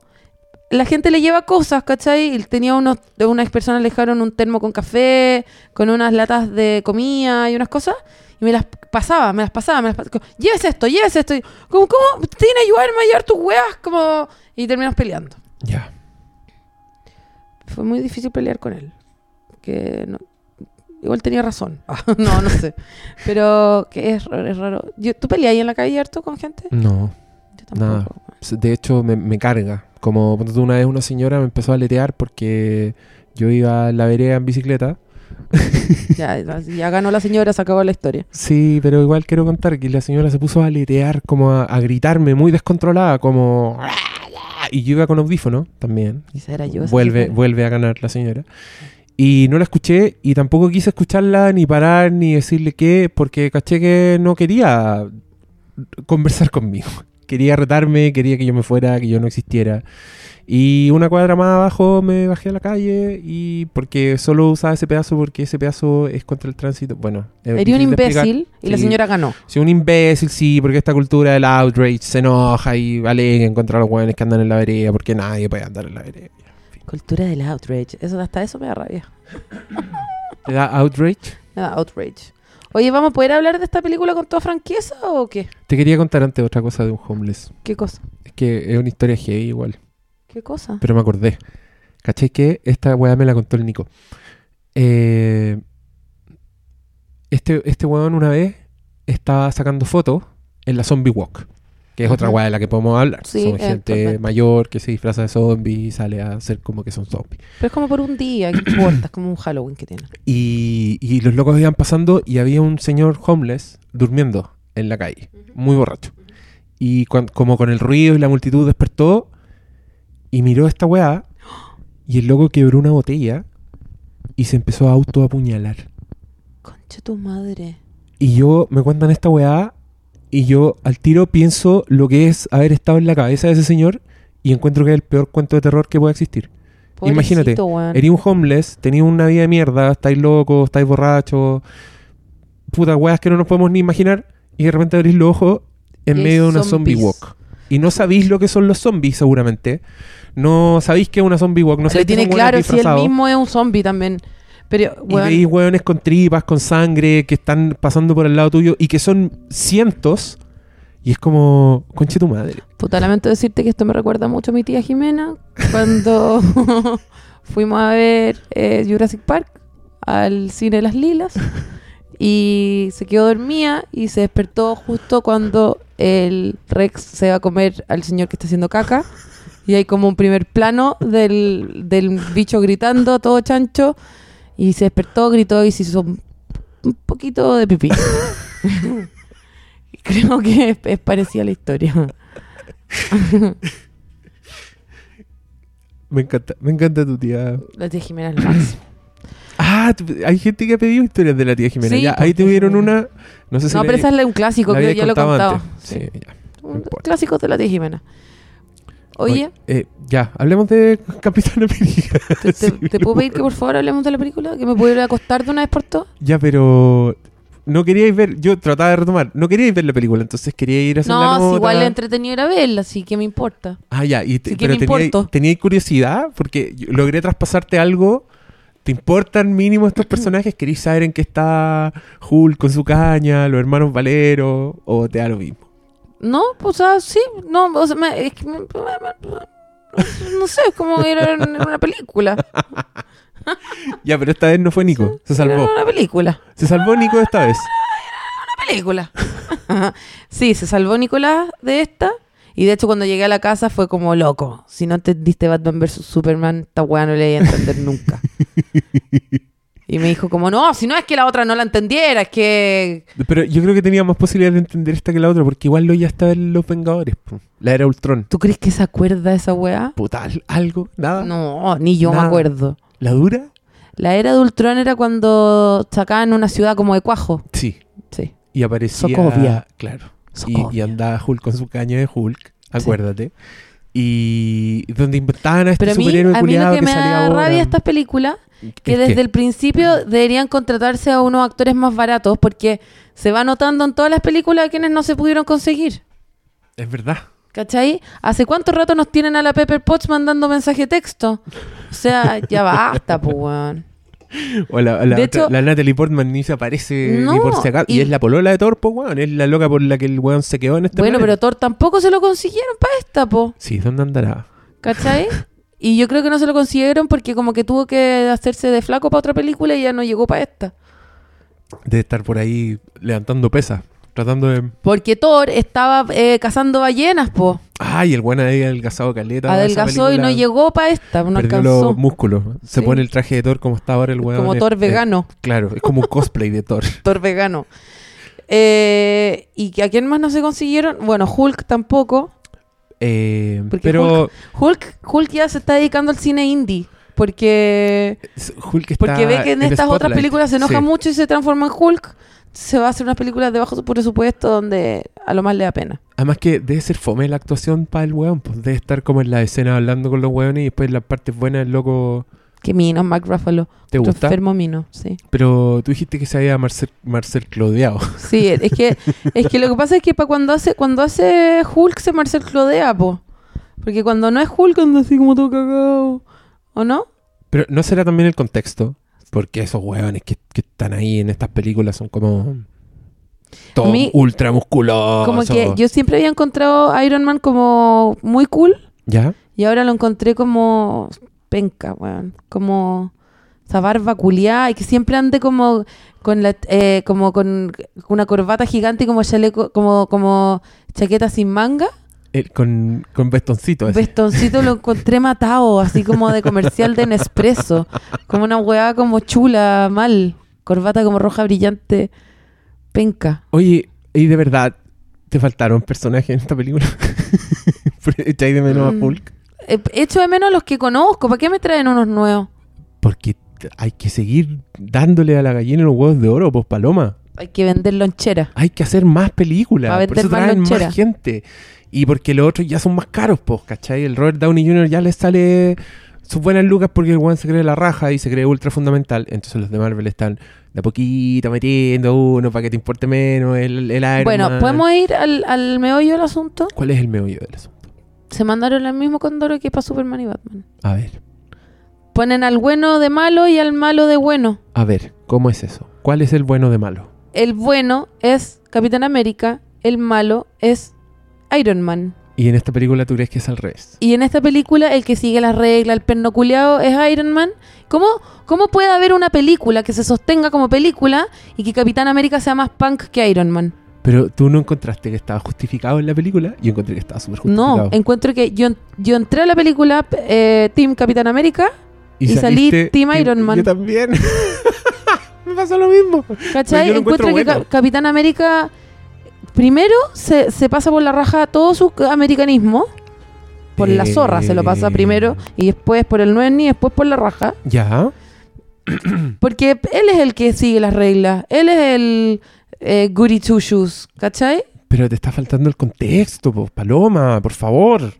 la gente le lleva cosas, ¿cachai? Y tenía unos, de unas personas le dejaron un termo con café, con unas latas de comida y unas cosas. Y me las pasaba, me las pasaba, me las pasaba. Lleves esto, lleves esto. Y como, ¿cómo? Tiene que ayudarme a llevar tus huevas. Como... Y terminamos peleando.
Ya.
Fue muy difícil pelear con él. Que no- Igual tenía razón. Ah, no, no sé. Pero que es raro. Es raro. Yo- ¿Tú peleas ahí en la calle harto con gente?
No.
Yo
Nada.
tampoco.
De hecho, me, me carga. Como ponte tú, una vez una señora me empezó a aletear porque yo iba a la vereda en bicicleta.
Ya, ya ganó la señora, se acabó la historia.
Sí, pero igual quiero contar que la señora se puso a aletear, como a, a gritarme muy descontrolada, como... "Ah, Y yo iba con audífono también.
Quizá era yo. esa
Vuelve,
señora.
vuelve a ganar la señora. Y no la escuché y tampoco quise escucharla, ni parar, ni decirle qué, porque caché que no quería conversar conmigo. Quería retarme, quería que yo me fuera, que yo no existiera. Y una cuadra más abajo me bajé a la calle y porque solo usaba ese pedazo porque ese pedazo es contra el tránsito. Bueno, es
Era un
difícil de explicar.
imbécil y la
Sí.
señora ganó.
Sí, un imbécil, sí, porque esta cultura del outrage se enoja y alega contra los hueones que andan en la vereda, porque nadie puede andar en la vereda.
Cultura del outrage. Eso, hasta eso me da rabia.
¿Te da outrage?
Me da outrage. Oye, ¿vamos a poder hablar de esta película con toda franqueza o qué?
Te quería contar antes otra cosa de un homeless.
¿Qué cosa?
Es que es una historia heavy igual,
¿Qué cosa?
pero me acordé. ¿Cachai que esta weá me la contó el Nico? Eh, este, este weón una vez estaba sacando fotos en la Zombie Walk, que es otra
Ujú.
weá de la que podemos hablar.
Sí,
Son gente
eventualmente.
mayor que se disfraza de zombie y sale a hacer como que son zombies.
Pero es como por un día, ¿qué importa? Es como un Halloween que tienen.
Y, y los locos iban pasando y había un señor homeless durmiendo en la calle, muy borracho. Y cuan- como con el ruido y la multitud despertó y miró esta weá y el loco quebró una botella y se empezó a autoapuñalar.
Concha tu madre.
Y yo me cuentan esta weá y yo al tiro pienso lo que es haber estado en la cabeza de ese señor y encuentro que es el peor cuento de terror que puede existir. Imagínate,
Pobrecito, weón.
Eres un homeless, tenías una vida de mierda, estáis locos, estáis borrachos, puta weas que no nos podemos ni imaginar, y de repente abrís los ojos en
Y hay
medio de una zombie
zombies.
walk. Y no sabéis lo que son los zombies, seguramente. No sabéis que es una zombie walk, no
Lo
sabéis que
tiene
son
claro
weones
si él
disfrazados.
mismo es un zombie también. Pero,
Y
weón,
veis hueones con tripas, con sangre, que están pasando por el lado tuyo y que son cientos. Y es como, conche tu madre.
Puta, lamento decirte que esto me recuerda mucho a mi tía Jimena cuando fuimos a ver eh, Jurassic Park al cine Las Lilas y se quedó dormida y se despertó justo cuando el Rex se va a comer al señor que está haciendo caca y hay como un primer plano del, del bicho gritando todo chancho y se despertó, gritó y se hizo un un poquito de pipí. Creo que es, es parecida a la historia.
Me encanta, me encanta tu tía.
La tía Jimena es lo máximo.
Ah, tu- hay gente que ha pedido historias de la tía Jimena.
Sí,
Ya,
pues,
ahí
tía
tuvieron
Jimena.
una. No sé si
no,
la-
pero esa es la- un clásico,
La
creo
habías
ya lo he
contado
contado.
antes.
Sí.
Sí, ya.
Un
importa.
clásico de la tía Jimena. Oye,
eh, ya, hablemos de Capitán América.
te, te-
Civil
te puedo pedir que por favor hablemos de la película? ¿Que me pudiera ir a acostar de una vez por todas?
Ya, pero. No queríais ver. Yo trataba de retomar. No queríais ver la película, entonces quería ir a hacer la
No,
nota.
si igual es entretenido ir a verla, así que me importa.
Ah, ya, y te-
Sí que
pero
me
teníais
importo.
teníais curiosidad porque yo- logré traspasarte algo. ¿Te importan mínimo estos personajes? ¿Queréis saber en qué está Hulk con su caña, los hermanos Valero? ¿O te da lo mismo?
No, o sea, sí, no, o sea, me- es que me- me- me- no sé, es como ir a ver una película.
Ya, pero esta vez no fue Nico. Se
Era
salvó.
una película.
Se salvó Nico esta vez.
película. sí, se salvó Nicolás de esta. Y de hecho, cuando llegué a la casa fue como loco. Si no entendiste Batman vs Superman, esta weá no le voy a entender nunca. Y me dijo como, no, si no es que la otra no la entendiera, es que...
Pero yo creo que tenía más posibilidades de entender esta que la otra, porque igual lo ya estaba en Los Vengadores, po. la era Ultron.
¿Tú crees que se acuerda esa weá?
Puta, ¿al- algo, nada.
No, ni yo me
Nada.
acuerdo.
¿La dura?
La era de Ultron era cuando sacaban una ciudad como de cuajo.
Sí.
Sí.
Y aparecía.
Sokovia.
Claro. Y,
Sokovia.
y andaba Hulk con su caña de Hulk, acuérdate. Y donde inventaban a este
Pero a mí,
superhéroe
a mí lo
culiado
que,
que,
me
salía
da
ahora.
rabia estas películas, que
Es
desde el principio deberían contratarse a unos actores más baratos, porque se va notando en todas las películas a quienes no se pudieron conseguir.
Es verdad.
¿Cachai? ¿Hace cuánto rato nos tienen a la Pepper Potts mandando mensaje texto? O sea, ya basta, pues, weón.
O la, la
De
otra-
hecho-
la Natalie Portman ni se aparece ni
No,
por si acaso. Y,
y-
es la polola de Thor, po, weón. Es la loca por la que el weón se quedó en este
Bueno, pero
planeta.
Thor tampoco se lo consiguieron para esta, po.
Sí, ¿dónde andará?
¿Cachai? Y yo creo que no se lo consiguieron porque como que tuvo que hacerse de flaco para otra película y ya no llegó para esta.
De estar por ahí levantando pesas. Tratando de...
Porque Thor estaba eh, cazando ballenas, po.
Ay, el weón había adelgazado caleta. esa
Adelgazó y no
película.
llegó para esta, no
Perdió
alcanzó.
los músculos. Se
Sí.
pone el traje de Thor como está ahora el weón.
Como
Es- eh,
Thor
es-
vegano.
claro, es como un cosplay de Thor.
Thor vegano. Eh, ¿Y que a quién más no se consiguieron? Bueno, Hulk tampoco.
Eh,
Porque
pero
Hulk, Hulk ya se está dedicando al cine indie. Porque,
s- Hulk está
porque ve que en estas otras
spotlight.
películas se enoja
Sí.
mucho y se transforma en Hulk. Se va a hacer unas películas de bajo presupuesto donde a lo más le da pena.
Además que debe ser fome la actuación para el weón. Pues debe estar como en la escena hablando con los weones y después en las partes buenas el loco
Que Mino, Mark Ruffalo.
te
Otro
gusta.
enfermo Mino, sí.
Pero tú dijiste que se había Marcel, Marcel Clodeado.
Sí, es que, es que lo que pasa es que para cuando hace, cuando hace Hulk se Marcel clodea, po. Porque cuando no es Hulk anda así como todo cagado. ¿O no?
Pero no será también el contexto. Porque esos weones que, que están ahí en estas películas son como... Todo
A mí-
ultra musculoso.
Como que yo siempre había encontrado a Iron Man como muy cool
¿Ya?
y ahora lo encontré como penca, weón. Como esa barba culiada y que siempre ande como con la eh, como con una corbata gigante y como chaleco, como, como chaqueta sin manga.
Eh, con, con vestoncito ese.
Vestoncito lo encontré matado, así como de comercial de Nespresso. Como una hueá como chula, mal. Corbata como roja brillante, penca.
Oye, ¿y de verdad te faltaron personajes en esta película? ¿Echáis de menos
Mm.
a Hulk?
Eh, Echo de menos los que conozco. ¿Para qué me traen unos nuevos?
Porque t- hay que seguir dándole a la gallina los huevos de oro, pues Paloma.
Hay que vender lonchera.
Hay que hacer más películas.
Va a
Por
vender
eso
más
traen
lonchera.
más gente. Y porque los otros ya son más caros, pues, ¿cachai? El Robert Downey Jr. ya le sale sus buenas lucas porque el one se cree la raja y se cree ultra fundamental. Entonces los de Marvel están de a poquito metiendo uno para que te importe menos el, el Iron
bueno,
Man.
¿podemos ir al, al meollo del asunto?
¿Cuál es el meollo del asunto?
Se mandaron el mismo condoro que para Superman y Batman.
A ver,
Ponen al bueno de malo y al malo de bueno.
a ver, ¿cómo es eso? ¿Cuál es el bueno de malo?
El bueno es Capitán América, el malo es Iron Man.
Y en esta película tú crees que es al revés.
Y en esta película, el que sigue las reglas, el perno culiao, es Iron Man. ¿Cómo, ¿Cómo puede haber una película que se sostenga como película y que Capitán América sea más punk que Iron Man?
Pero tú no encontraste que estaba justificado en la película. Yo encontré que estaba súper justificado.
No, encuentro que yo, yo entré a la película eh, Team Capitán América, y salí
saliste-
Team Iron Man.
Yo también. Me pasó lo mismo.
¿cachai?
Pero yo lo encuentro
encuentro que
bueno.
Ca- Capitán América primero se, se pasa por la raja todo su americanismo. Por la
Eh.
zorra se lo pasa primero y después por el nueni y después por la raja.
Ya. Mm.
Porque él es el que sigue las reglas. Él es el eh, goody two shoes, ¿cachai?
Pero te está faltando el contexto, po, Paloma, por favor.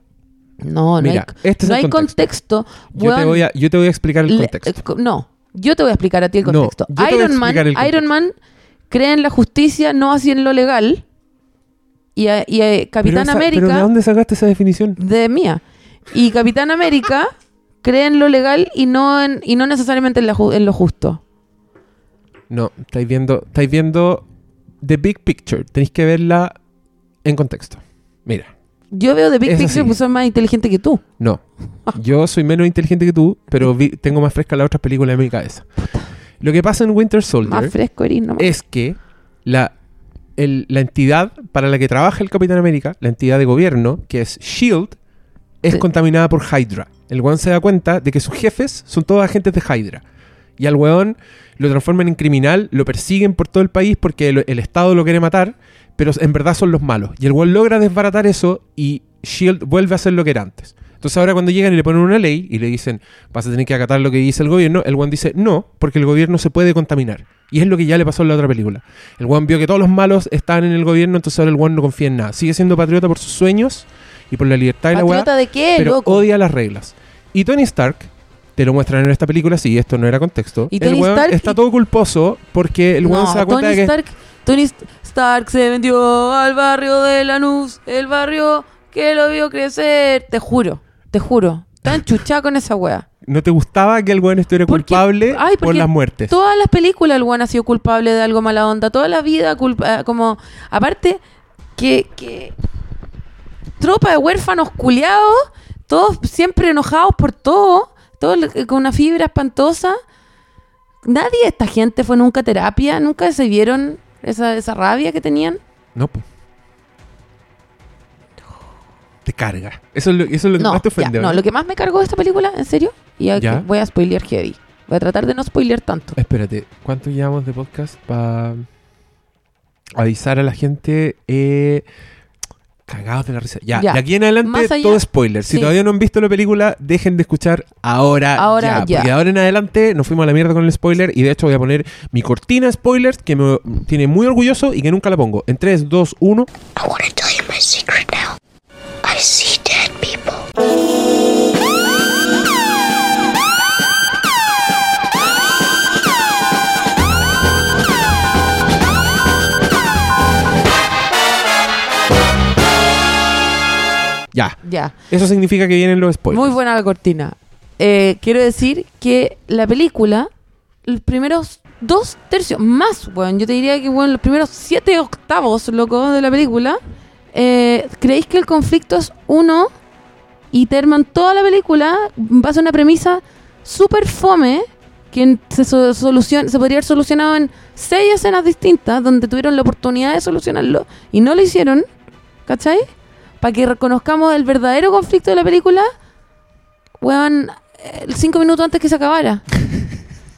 No, no
Mira,
hay,
este es
no
el
hay
contexto.
contexto.
Yo, te
Weón,
voy a, yo te voy a explicar el
le-
contexto.
eh, co- no, yo te voy a explicar a ti el
No,
contexto.
yo te voy a
Iron, Man,
explicar el contexto.
Iron Man cree en la justicia, no así en lo legal. Y, a- y a-
Pero
Capitán
esa-
América...
¿Pero de dónde sacaste esa definición?
de mía. Y Capitán América cree en lo legal y no, en- y no necesariamente en, la ju- en lo justo.
No, estáis viendo, estáis viendo The Big Picture. Tenéis que verla en contexto. Mira,
Yo veo de Big
Es
Picture
así.
que soy más inteligente que tú.
no. Yo soy menos inteligente que tú, pero vi- tengo más fresca las otras películas en mi cabeza. Lo que pasa en Winter Soldier
Más fresco eres nomás.
es que la, el- la entidad para la que trabaja el Capitán América, la entidad de gobierno, que es SHIELD, E es
Sí.
contaminada por Hydra. El One se da cuenta de que sus jefes son todos agentes de Hydra. Y al weón lo transforman en criminal, lo persiguen por todo el país porque el, el Estado lo quiere matar, pero en verdad son los malos. Y el weón logra desbaratar eso y Shield vuelve a ser lo que era antes. Entonces ahora cuando llegan y le ponen una ley y le dicen, vas a tener que acatar lo que dice el gobierno, el weón dice, no, porque el gobierno se puede contaminar. Y es lo que ya le pasó en la otra película. El weón vio que todos los malos estaban en el gobierno, entonces ahora el weón no confía en nada. Sigue siendo patriota por sus sueños y por la libertad de la weá
¿Patriota de qué,
pero
loco?
odia las reglas. Y Tony Stark, te lo muestran en esta película, sí, esto no era contexto.
Y
el
Tony
weón
Stark-
está todo culposo porque el weón
No,
se da cuenta
Tony
de que.
Stark, Tony St- Stark se vendió al barrio de Lanús, el barrio que lo vio crecer. Te juro, te juro. Tan chuchá con esa wea.
No te gustaba que el weón estuviera
Porque-
culpable
ay,
por
porque
las muertes.
Todas las películas el weón ha sido culpable de algo mala onda. Toda la vida culpa, ah, como aparte que, que tropa de huérfanos culiados, todos siempre enojados por todo, todos le- con una fibra espantosa. Nadie de esta gente fue nunca a terapia, nunca se vieron esa, esa rabia que tenían.
No, po. Te carga. Eso es lo, eso es lo que
No,
más te
ya,
ofende.
no,
¿verdad?
lo que más me cargó de esta película, en serio, y ya que
Ya.
voy a spoilear heavy. Voy a tratar de no spoilear tanto.
Espérate, ¿cuánto llevamos de podcast para avisar a la gente? Eh, cagados de la risa. Ya,
Ya.
de aquí en adelante
Más allá-
todo spoiler. Si
Sí.
todavía no han visto la película, dejen de escuchar ahora.
Ahora
Ah, ya,
ya.
Porque de ahora en adelante nos fuimos a la mierda con el spoiler y de hecho voy a poner mi cortina spoilers que me tiene muy orgulloso y que nunca la pongo. En 3, 2, 1.
I want to tell you my secret now. I see dead people.
Ya.
Ya.
Eso significa que vienen los spoilers.
Muy buena la cortina. Eh, quiero decir que la película, los primeros dos tercios, más, weón, yo te diría que weón, los primeros siete octavos, loco, de la película, eh, creéis que el conflicto es uno y te arman toda la película en base a una premisa súper fome que se, so- solucion- se podría haber solucionado en seis escenas distintas donde tuvieron la oportunidad de solucionarlo y no lo hicieron, ¿cachai? Para que reconozcamos el verdadero conflicto de la película, weón, eh, cinco minutos antes que se acabara.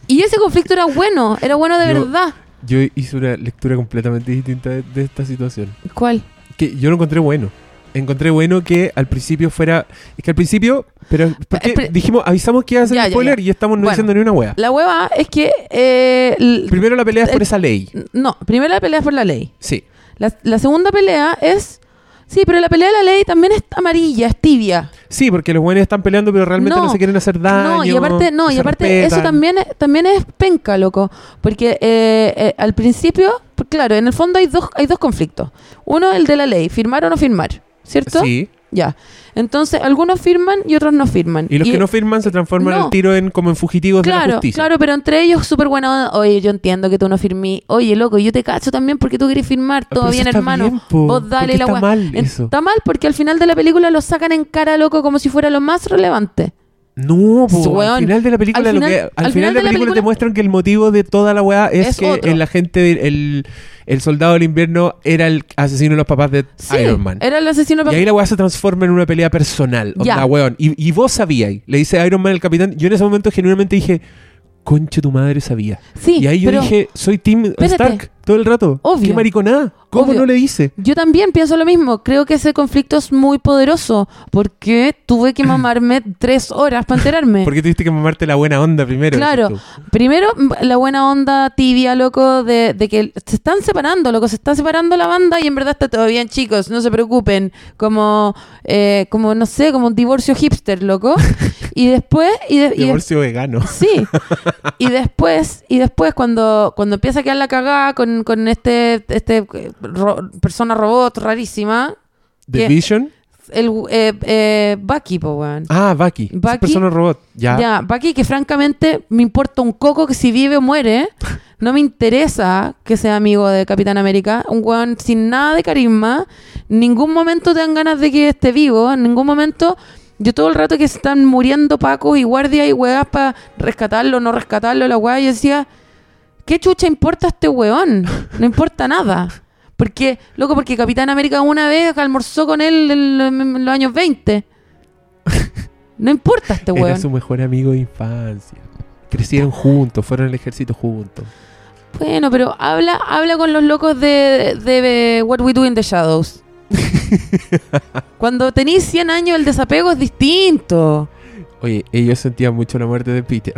y ese conflicto era bueno, era bueno de
Yo-
verdad.
Yo hice una lectura completamente distinta de- de esta situación.
¿Cuál?
que yo lo encontré bueno. Encontré bueno que al principio fuera. Es que al principio. Pero. ¿por qué?
Eh, pre-
dijimos, avisamos que iba a ser
Ya, ya,
spoiler
ya.
y estamos no
Bueno.
diciendo ni una wea.
La hueva es que... eh, l-
Primero la pelea es por
eh,
esa ley.
no, primero la pelea es por la ley.
Sí.
La, la segunda pelea es... Sí, pero la pelea de la ley también es amarilla, es tibia.
Sí, porque los buenos están peleando, pero realmente no,
No.
se quieren hacer daño.
No, y aparte, no, y
se
aparte eso
respetan.
también es, también es penca, loco. Porque eh, eh, al principio, pues, claro, en el fondo hay dos, hay dos conflictos. Uno, el de la ley, firmar o no firmar, ¿cierto?
Sí.
Ya. Entonces, algunos firman y otros no firman.
Y los que no firman se transforman
no.
al tiro en como en fugitivos de la
Claro,
justicia.
claro, pero entre ellos súper buena onda. Oye, yo entiendo que tú no firmí. Oye, loco, yo te cacho también porque tú quieres firmar.
Ah, Pero
Todo
eso
bien,
está
hermano.
bien, po,
Vos dale
porque
la
está
weá.
mal
En-
eso.
Está mal porque al final de la película lo sacan en cara, loco, como si fuera lo más relevante.
No, po, al
Weón,
final de la película,
al
lo que-
final-
al final de la película, te muestran que el motivo de toda la weá es,
Es
que
otro.
el agente, el, el soldado del invierno era el asesino de los papás de
Sí,
Iron Man.
era el asesino.
Y ahí la weá se transforma en una pelea personal. Onda,
Ya.
weón. Y, y vos sabíais. Le dice Iron Man al capitán. Yo en ese momento genuinamente dije, conche tu madre sabía.
Sí,
y ahí yo
pero
dije, soy Tim
Espérate.
Stark todo el rato.
Obvio.
Qué mariconada. ¿Cómo
Obvio.
no le dice?
Yo también pienso lo mismo. Creo que ese conflicto es muy poderoso porque tuve que mamarme tres horas para enterarme.
Porque tuviste que mamarte la buena onda primero.
Eh. Claro.
dices tú.
Primero, m- la buena onda tibia, loco, de, de que se están separando, loco, se está separando la banda y en verdad está todo bien, chicos, no se preocupen. Como, eh, como no sé, como un divorcio hipster, loco. Y después, y, de- y de-
Divorcio vegano.
Sí. Y después, y después cuando, cuando empieza a quedar la cagada con, con este, este eh, ro- persona robot rarísima,
The
¿Qué?
Vision.
el eh, eh, Bucky, po, weón.
Ah, Bucky. Esa
Bucky.
persona robot. Ya.
Ya. Bucky, que francamente me importa un coco que si vive o muere, no me interesa que sea amigo de Capitán América, un weón sin nada de carisma, ningún momento te dan ganas de que esté vivo, en ningún momento... Yo todo el rato que están muriendo pacos y guardias y weas para rescatarlo, no rescatarlo, la wea, yo decía, ¿Qué chucha importa este weón? No importa nada. Porque, loco, porque Capitán América una vez almorzó con él en, lo- en los años 20. No importa este
Era
weón.
su mejor amigo de infancia. crecieron juntos, fueron al ejército juntos.
Bueno, pero habla, habla con los locos de, de, de What We Do in the Shadows. Cuando tenéis 100 años el desapego es distinto.
Oye, ellos sentían mucho la muerte de Peter.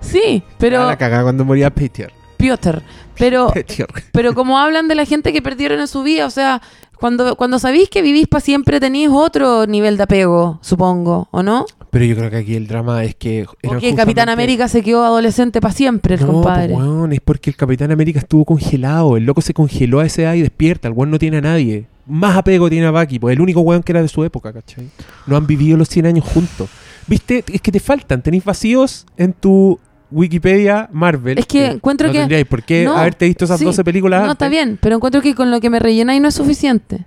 Sí,
Ah,
pero Oh.
la cagada cuando moría Peter.
Piotr, pero
Peter.
pero como hablan de la gente que perdieron en su vida, o sea, cuando cuando sabéis que vivís para siempre tenéis otro nivel de apego, supongo, ¿o no?
Pero yo creo que aquí el drama es que. eran
Porque Capitán
justamente-
América se quedó adolescente para siempre, el
No,
compadre.
pues, weón, es porque el Capitán América estuvo congelado. El loco se congeló a esa edad y despierta. El weón no tiene a nadie. Más apego tiene a Bucky, pues el único weón que era de su época, ¿cachai? No han vivido los 100 años juntos. ¿Viste? Es que te faltan. Tenéis vacíos en tu Wikipedia Marvel. eh,
Es que encuentro
no
que-
tendríais por qué
no,
haberte visto esas
sí.
12 películas
No, está
antes.
bien, pero encuentro que con lo que me rellenáis no es suficiente.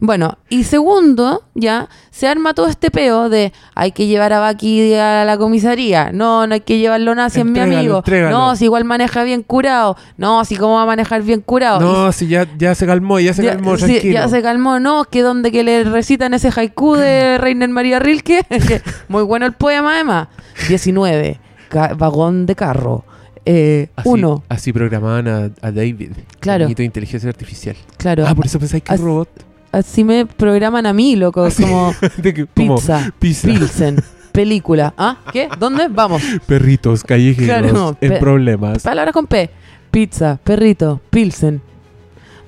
bueno, y segundo, ya, se arma todo este peo de hay que llevar a Baki a la comisaría. No, no hay que llevarlo nada, si es mi
Entrégalo,
amigo.
entrégalo.
No, si igual maneja bien curado. No, si cómo va a manejar bien curado. Y-
No, si ya, ya se calmó, ya se
ya,
calmó,
sí,
tranquilo.
ya se calmó, no, que donde que le recitan ese haiku de Reiner María Rilke, que muy bueno el poema además. 19, ca- vagón de carro. Eh,
Así-
uno,
Así programaban a, a David.
Claro.
el niñito de inteligencia artificial.
claro.
ah, por eso pensáis que es
as-
un robot.
Así me programan a mí, loco,
Así-
como
De que- como
pizza,
pizza.
pilsen, película. ¿Ah? ¿Qué? ¿Dónde? Vamos.
Perritos callejeros
Claro,
en
pe-
problemas.
Palabras con P. Pizza, perrito, pilsen.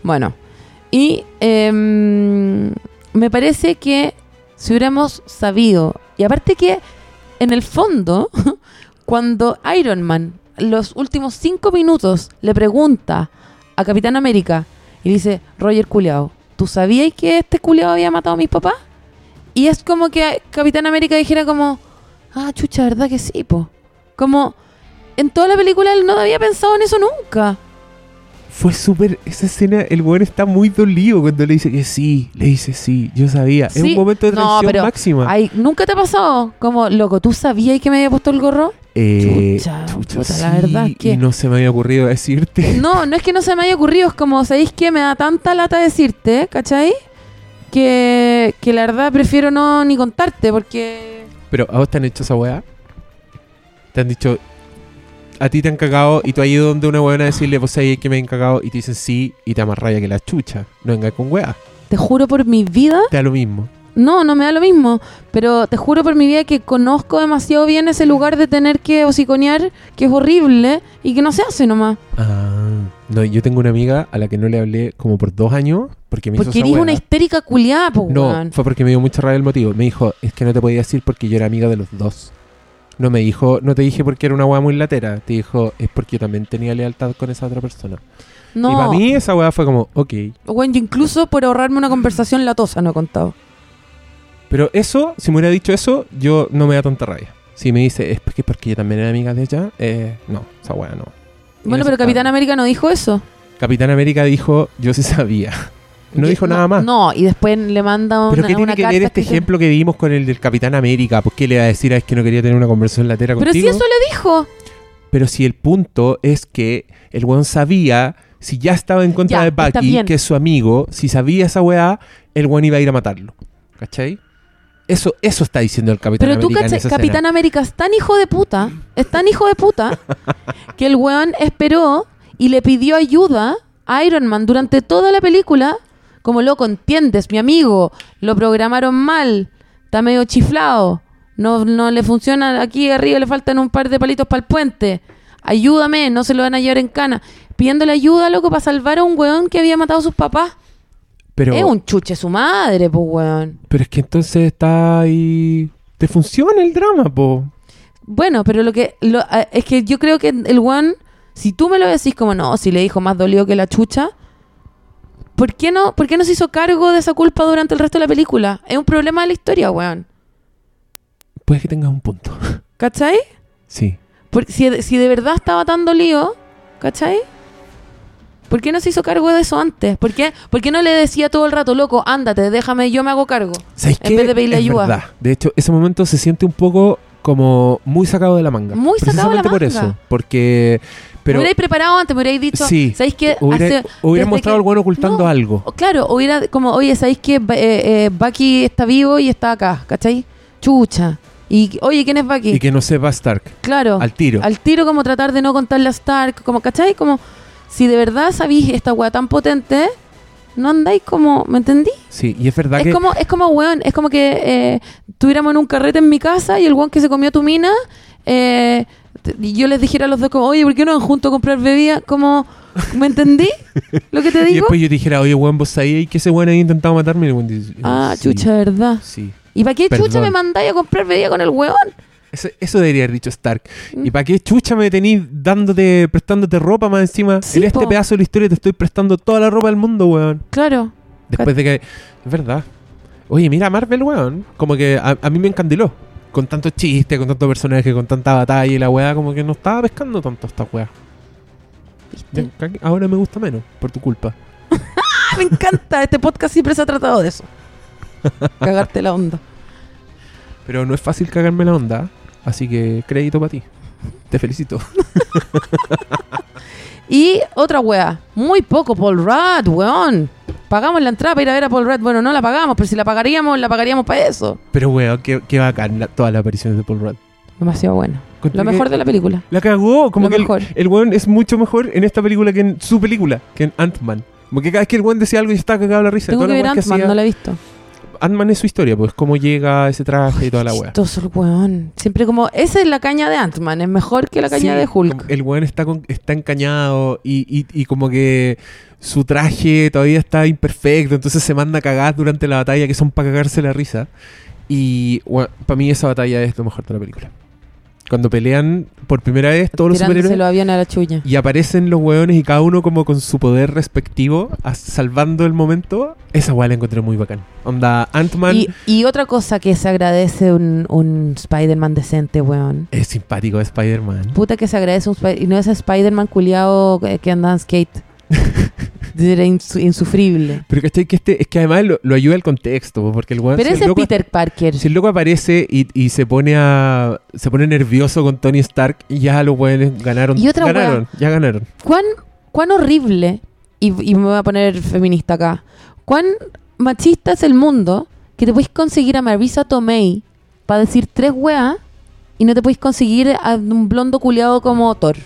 Bueno. Y em, me parece que si hubiéramos sabido, y aparte que en el fondo, cuando Iron Man los últimos cinco minutos le pregunta a Capitán América y dice, Roger Culeado, ¿tú sabías que este culeado había matado a mis papás? Y es como que Capitán América dijera como, ah, chucha, ¿verdad que sí, po? Como, en toda la película él no había pensado en eso nunca.
Fue súper. Esa escena, el weón está muy dolido cuando le dice que sí. Le dice sí, yo sabía. Es
Sí,
un momento de
no,
traición
pero
máxima.
Ay, ¿Nunca te ha pasado? Como, loco, ¿tú sabías que me había puesto el gorro?
Eh,
chucha, puta, la verdad es que-
Y no se me había ocurrido decirte.
No, no es que no se me haya ocurrido, es como, ¿sabéis qué? Me da tanta lata decirte, ¿cachai? Que, que la verdad prefiero no ni contarte, porque...
Pero a vos te han hecho esa weá. Te han dicho. A ti te han cagado y tú has ido donde una weona a decirle, vos sabés que me han cagado y te dicen sí y te amarraya que la chucha. No venga con weá.
Te juro por mi vida,
Te da lo mismo.
no, no me da lo mismo, pero te juro por mi vida que conozco demasiado bien ese lugar de tener que hociconear, que es horrible y que no se hace nomás.
Ah, no, yo tengo una amiga a la que no le hablé como por dos años porque me hizo
Porque
esa
eres
weá.
una histérica culiada, po,
No,
weón.
fue porque me dio mucha rabia el motivo. Me dijo, es que no te podía decir porque yo era amiga de los dos. No me dijo, no te dije porque era una weá muy latera. Te dijo, es porque yo también tenía lealtad con esa otra persona. Y para
No,
mí esa weá fue como, ok.
bueno, yo incluso por ahorrarme una conversación latosa no he contado.
Pero eso, si me hubiera dicho eso, yo no me da tanta rabia. Si me dice, es porque, porque yo también era amiga de ella, eh, no, esa weá no.
Bueno, pero Capitán América no dijo eso.
Capitán América dijo, yo sí sabía. No
Que-
dijo nada más.
No, y después le manda una,
¿Pero qué tiene
una
que
carta
ver este
escrita-
ejemplo que dimos con el del Capitán América? ¿Por qué le va a decir a es que no quería tener una conversación latera
Pero
contigo?
si eso le dijo.
Pero si el punto es que el weón sabía, si ya estaba en contra
Ya,
de
está
Bucky,
bien.
que es su amigo, si sabía esa weá, el weón iba a ir a matarlo. ¿Cachai? Eso, eso está diciendo el Capitán
Pero tú,
América. en
cachai,
esa escena.
Capitán América es tan hijo de puta, es tan hijo de puta, que el weón esperó y le pidió ayuda a Iron Man durante toda la película. Como loco, entiendes, mi amigo, lo programaron mal, está medio chiflado, no, no le funciona, aquí arriba le faltan un par de palitos para el puente. Ayúdame, no se lo van a llevar en cana. Pidiéndole ayuda, loco, para salvar a un weón que había matado a sus papás.
Pero,
Es un chuche su madre, pues, weón.
pero es que entonces está ahí. Te funciona el drama, po.
Bueno, pero lo que lo- a- es que yo creo que el one, si tú me lo decís como no, si le dijo más dolido que la chucha, ¿por qué no, por qué no se hizo cargo de esa culpa durante el resto de la película? Es un problema de la historia, weón.
Puede que tengas un punto.
¿Cachai?
sí.
Por- si, si de verdad estaba tan dolido, ¿cachai? ¿Por qué no se hizo cargo de eso antes? ¿Por qué, por qué no le decía todo el rato, loco, ándate, déjame, yo me hago cargo?
¿Sabes
En
qué?
vez de pedirle
Es
ayuda.
verdad. De hecho, ese momento se siente un poco como muy sacado de la manga.
Muy sacado de la
Precisamente por
manga.
eso. Porque. Pero
me hubierais preparado antes, me hubierais dicho,
Sí.
¿sabéis qué?
hubiera,
Hace-
hubiera
desde
mostrado
que-
al weón ocultando
No.
algo.
O- Claro, eh, hubiera como, oye, ¿sabéis que Bucky está vivo y está acá? ¿Cachai? Chucha. Y, oye, ¿quién es Bucky?
Y que no sepa Stark.
claro.
Al tiro.
al tiro como tratar de no contarle a Stark, como, ¿cachai? Como, si de verdad sabís esta weá tan potente, no andáis como, ¿me entendí?
Sí, y es verdad
Es
que.
como, es como, weón, es como que eh, tuviéramos en un carrete en mi casa y el weón que se comió tu mina, eh, t- y yo les dijera a los dos como, oye, ¿por qué no van juntos a comprar bebida? Como, ¿me entendí lo que te
y
digo?
después yo te dijera, oye, weón, vos sabías que ese weón había intentado matarme. Y el weón dice,
ah,
sí,
chucha, verdad.
Sí.
¿Y para qué chucha
Perdón.
me mandáis a comprar bebida con el weón?
Eso, eso debería haber dicho Stark.
Mm.
¿Y para qué chucha me tenís dándote, prestándote ropa más encima?
Sí,
en este
po.
pedazo de la historia te estoy prestando toda la ropa del mundo, weón.
Claro.
Después de que. Es verdad. Oye, mira, Marvel, weón. Como que a, a mí me encandiló. Con tanto chiste, con tanto personaje, con tanta batalla y la weá, como que no estaba pescando tanto esta weá. Ya,
¿viste?
ca- Ahora me gusta menos, por tu culpa.
Ah, me encanta, este podcast siempre se ha tratado de eso. Cagarte la onda.
Pero no es fácil cagarme la onda, así que crédito para ti. Te felicito.
Y otra wea, muy poco Paul Rudd, weón. Pagamos la entrada para ir a ver a Paul Rudd. Bueno, no la pagamos, pero si la pagaríamos, la pagaríamos para eso.
Pero weón, qué, qué bacán la- todas las apariciones de Paul Rudd.
Demasiado bueno.
Encontré
Lo
que
mejor de la película.
La cagó, como
Lo
que el-
mejor.
El, weón es mucho mejor en esta película que en su película, que en Ant-Man. Porque cada vez que el weón decía algo y estaba cagado la risa.
Tengo
Toda la
que ver
weá que
Ant-Man,
hacía-
no la he visto.
Ant-Man es su historia, pues cómo llega ese traje y toda la weá.
Chistoso el weón. Siempre como, esa es la caña de Ant-Man, es mejor que la caña
Sí,
de
como eh,
Hulk.
El weón está, con- está encañado y, y- y como que su traje todavía está imperfecto, entonces se manda a cagar durante la batalla que son para cagarse la risa. Y para mí esa batalla es lo mejor de la película. Cuando pelean por primera vez todos los
Tirándose lo
superhéroes
habían a la chuña.
y aparecen los weones y cada uno como con su poder respectivo, as- salvando el momento, esa weá la encontré muy bacán. Onda Ant-Man
Y, y otra cosa que se agradece un, un Spider-Man decente, weón.
es simpático de Spider-Man.
Puta que se agradece un Spider- y no ese Spider-Man culiado que anda en skate. Era insu- insufrible.
Pero ¿cachai? Que este, es que además lo, lo ayuda el contexto, po, porque el weón...
Pero
si el
ese es
loco-
Peter Parker.
Si el loco aparece y, y se pone a se pone nervioso con Tony Stark y ya los weones ganaron.
Y otra
ganaron, ya ganaron.
¿Cuán, cuán horrible, y, y me voy a poner feminista acá, cuán machista es el mundo que te puedes conseguir a Marisa Tomei para decir tres weas y no te puedes conseguir a un blondo culiado como Thor?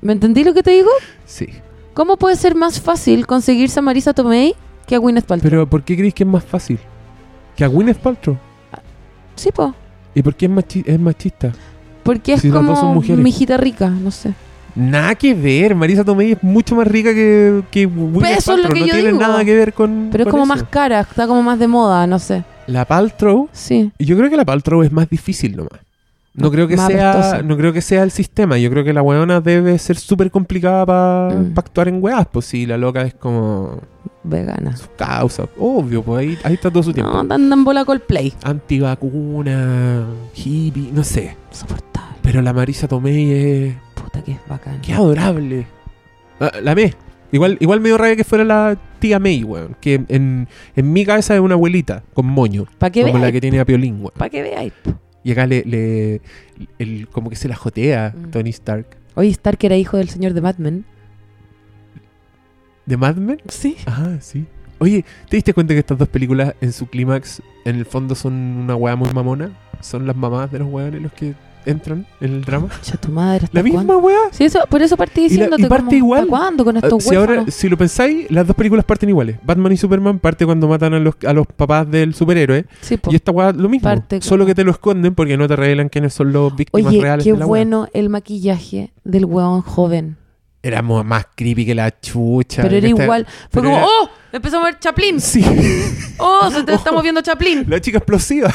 ¿Me entendí lo que te digo?
Sí.
¿Cómo puede ser más fácil conseguirse a Marisa Tomei que a Gwyneth Paltrow?
Pero ¿por qué crees que es más fácil? Que a Gwyneth Paltrow.
sí, po.
¿Y por qué es, machi- es machista?
Porque es
Si las dos son
como
mujeres. Mm,
mi hijita rica, no sé.
Nada que ver. Marisa Tomei es mucho más rica que, que Gwyneth
Pero eso es lo
Paltrow.
que
no
yo
tiene
digo.
nada que ver con
Pero es
con
como
eso.
más cara, está como más de moda, no sé.
La Paltrow...
Sí.
Yo creo que la Paltrow es más difícil nomás. No creo que
Más
sea
apestosa.
no creo que sea el sistema. Yo creo que la weona debe ser súper complicada para
Mm.
actuar en weas. Pues si la loca es como...
Vegana.
su causa. Obvio, pues ahí, ahí está todo su tiempo.
No, andan bola Coldplay.
Antivacuna, hippie, no sé.
Insoportable.
Pero la Marisa Tomei es.
Puta que es bacán.
¡Qué adorable! Ah, la amé. Igual, igual me dio rabia que fuera la tía May, weón. Que en, en mi cabeza es una abuelita con moño.
Para que
Como la
veáis.
que tiene a Piolín, weón.
Para que veáis.
Y acá le. le- el- como que se la jotea
Mm.
Tony Stark.
Oye, Stark era hijo del señor de Mad Men.
¿De Mad Men?
Sí.
Ah, sí. Oye, ¿te diste cuenta que estas dos películas en su clímax, en el fondo, son una weá muy mamona? Son las mamás de los weones los que entran en el drama.
Cha tu madre. ¿hasta
La misma
cuándo?
weá.
Sí, eso, por eso partí
la-
diciéndote.
y parte
como,
igual.
¿hasta cuándo con
Ah,
estos
Si ahora,
huevos?
si lo pensáis, las dos películas parten iguales. Batman y Superman parte cuando matan a los, a los papás del superhéroe.
Sí, po.
Y esta weá lo mismo.
Parte-
Solo que te lo esconden porque no te revelan quiénes son los víctimas
Oye,
reales
qué
de la weá.
bueno el maquillaje del huevón joven.
Era mo- más creepy que la chucha.
pero era
Esta-
igual. Fue
pero
como,
era-
¡oh! Empezamos a ver Chaplin.
Sí,
¡Oh! Se te está moviendo Chaplin.
la chica explosiva.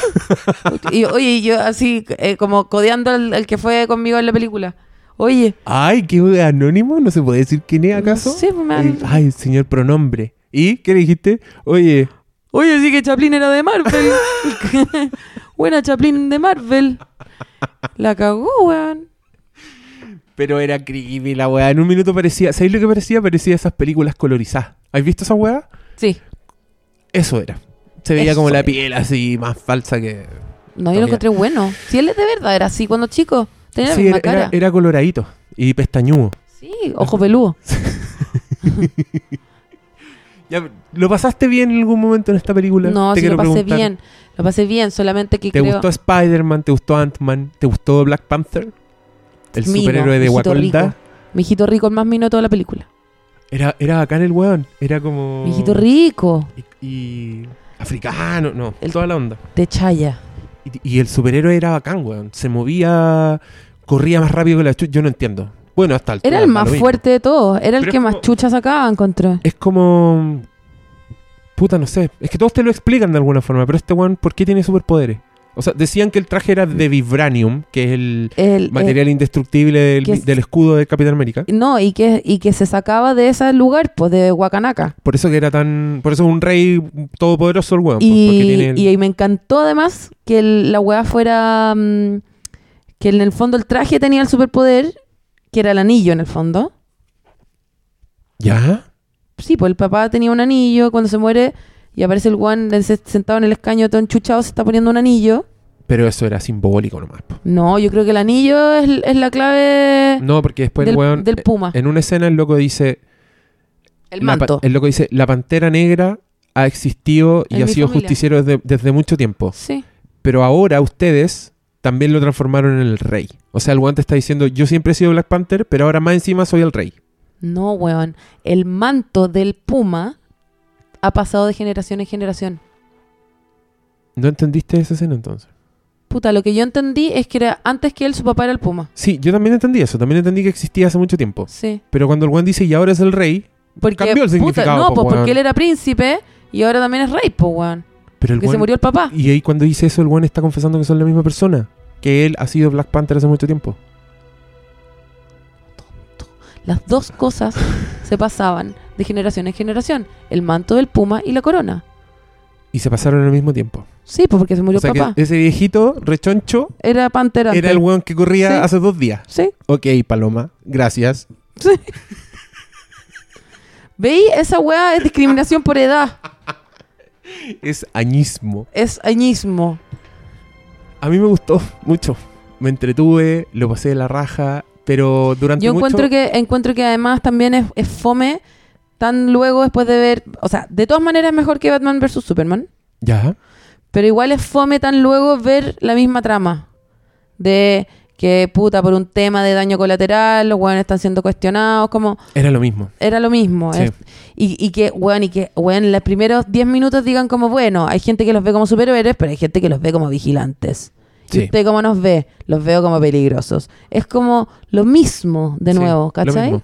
Y oye, yo así, eh, como codeando al, al que fue conmigo en la película. Oye.
Ay, qué wea, anónimo. No se puede decir quién es acaso.
Sí, pues, me
Eh, Ay, señor pronombre. ¿Y qué le dijiste? Oye,
Oye, sí que Chaplin era de Marvel. Buena Chaplin de Marvel. La cagó, weón.
pero era creepy la weá. En un minuto parecía. ¿Sabéis lo que parecía? Parecía esas películas colorizadas. ¿Has visto esa weá?
Sí.
Eso era. Se veía
Eso
como la
era.
piel así, más falsa que.
No, yo
Todavía.
lo encontré bueno. Si él es de verdad, era así cuando chico. Tenía
Sí,
la misma
era,
cara.
era- era coloradito y pestañudo.
Sí, ojo peludo.
Ya, ¿Lo pasaste bien en algún momento en esta película?
No,
Te
sí,
quiero
lo pasé
preguntar.
bien. Lo pasé bien, solamente que
¿Te
creo...
gustó Spider-Man? ¿Te gustó Ant-Man? ¿Te gustó Black Panther? El
Mino,
superhéroe de
hijito
Wakanda.
rico. Mi hijito rico, el más mino de toda la película.
Era, era bacán el weón. Era como.
Mi hijito rico,
Y, y africano, no.
El-
Toda la onda.
de Chaya.
Y, y el superhéroe era bacán, weón. Se movía. Corría más rápido que la chucha. Yo no entiendo. Bueno, hasta el.
Era el más fuerte de todos, era el
Pero
que
es
más
como-
chucha sacaba, encontró.
Es como. Puta, no sé. Es que todos te lo explican de alguna forma. Pero este weón, ¿por qué tiene superpoderes? O sea, decían que el traje era de Vibranium, que es el
El,
material indestructible del,
Eh, que es-
del escudo de Capitán América.
eh, no, y que, y que se sacaba de ese lugar, pues, de Huacanaca.
Por eso que era tan. Por eso es un rey todopoderoso el weón. pues, porque
Y,
tiene el-
y, me encantó además que el- la weá fuera. mm, que en el fondo el traje tenía el superpoder, que era el anillo en el fondo.
¿Ya?
Sí, pues el papá tenía un anillo, cuando se muere y aparece el Juan sentado en el escaño todo enchuchado, se está poniendo un anillo.
Pero eso era simbólico nomás. po.
No, yo creo que el anillo es, es la clave
No, porque después
Eh, del,
Pues el weón. eh,
del puma,
En una escena el loco dice.
Ah. el
la pa-
manto.
el loco dice: La pantera negra ha existido y
En
ha
mi
sido
familia".
justiciero desde, desde mucho tiempo.
Sí,
Pero ahora ustedes también lo transformaron en el rey. O sea, el weón te está diciendo: Yo siempre he sido Black Panther, pero ahora más encima soy el rey.
no, weón. El manto del puma ha pasado de generación en generación.
¿No entendiste esa escena entonces?
Puta, lo que yo entendí es que era antes que él, su papá era el puma.
Sí, yo también entendí eso. También entendí que existía hace mucho tiempo.
Sí.
Pero cuando el weón dice: Y ahora es el rey.
Porque,
Cambió el
puta,
significado,
no,
po,
pues
weón.
porque él era príncipe y ahora también es rey, po, weón.
Pero el
Porque se
weón-
murió el papá.
Y ahí cuando dice eso, el weón está confesando que son la misma persona. Que él ha sido Black Panther hace mucho tiempo.
Las dos cosas se pasaban de generación en generación. El manto del puma y la corona.
Y se pasaron al mismo tiempo.
Sí, pues porque se murió
o sea
el papá.
que ese viejito rechoncho
Era pantera.
era
antes.
el weón que corría
Sí.
hace dos días.
Sí.
Ok, Paloma, gracias.
¿Veí? Esa weá es discriminación por edad.
Es añismo.
Es añismo.
A mí me gustó mucho. Me entretuve, lo pasé de la raja, pero durante
Yo
mucho...
encuentro que encuentro que además también es, es fome tan luego después de ver, o sea, de todas maneras es mejor que Batman vs Superman,
Ya.
pero igual es fome tan luego ver la misma trama de que puta por un tema de daño colateral, los weones están siendo cuestionados, como
Era lo mismo.
era lo mismo.
Sí.
es- y, y que, weón, y que, weón, en los primeros 10 minutos digan como, bueno, hay gente que los ve como superhéroes, pero hay gente que los ve como vigilantes.
Sí.
¿Y usted cómo nos ve? Los veo como peligrosos. Es como lo mismo de
Sí,
nuevo,
lo
¿cachai?
mismo.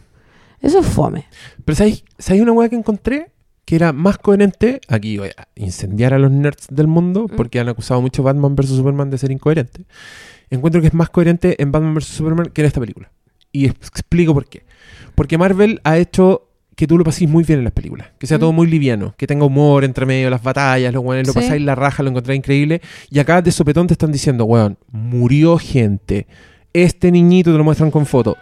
Eso es fome.
Pero ¿sabéis, sabéis una weá que encontré? Que era más coherente. Aquí voy a incendiar a los nerds del mundo
Mm.
porque han acusado mucho Batman vs. Superman de ser incoherente. Encuentro que es más coherente en Batman vs. Superman que en esta película. Y es- explico por qué. Porque Marvel ha hecho que tú lo paséis muy bien en las películas. Que sea
Mm.
todo muy liviano. Que tenga humor entre medio, las batallas, los weones, lo
Sí.
pasáis la raja, lo encontráis increíble. Y acá de sopetón te están diciendo, weón, murió gente. Este niñito te lo muestran con foto.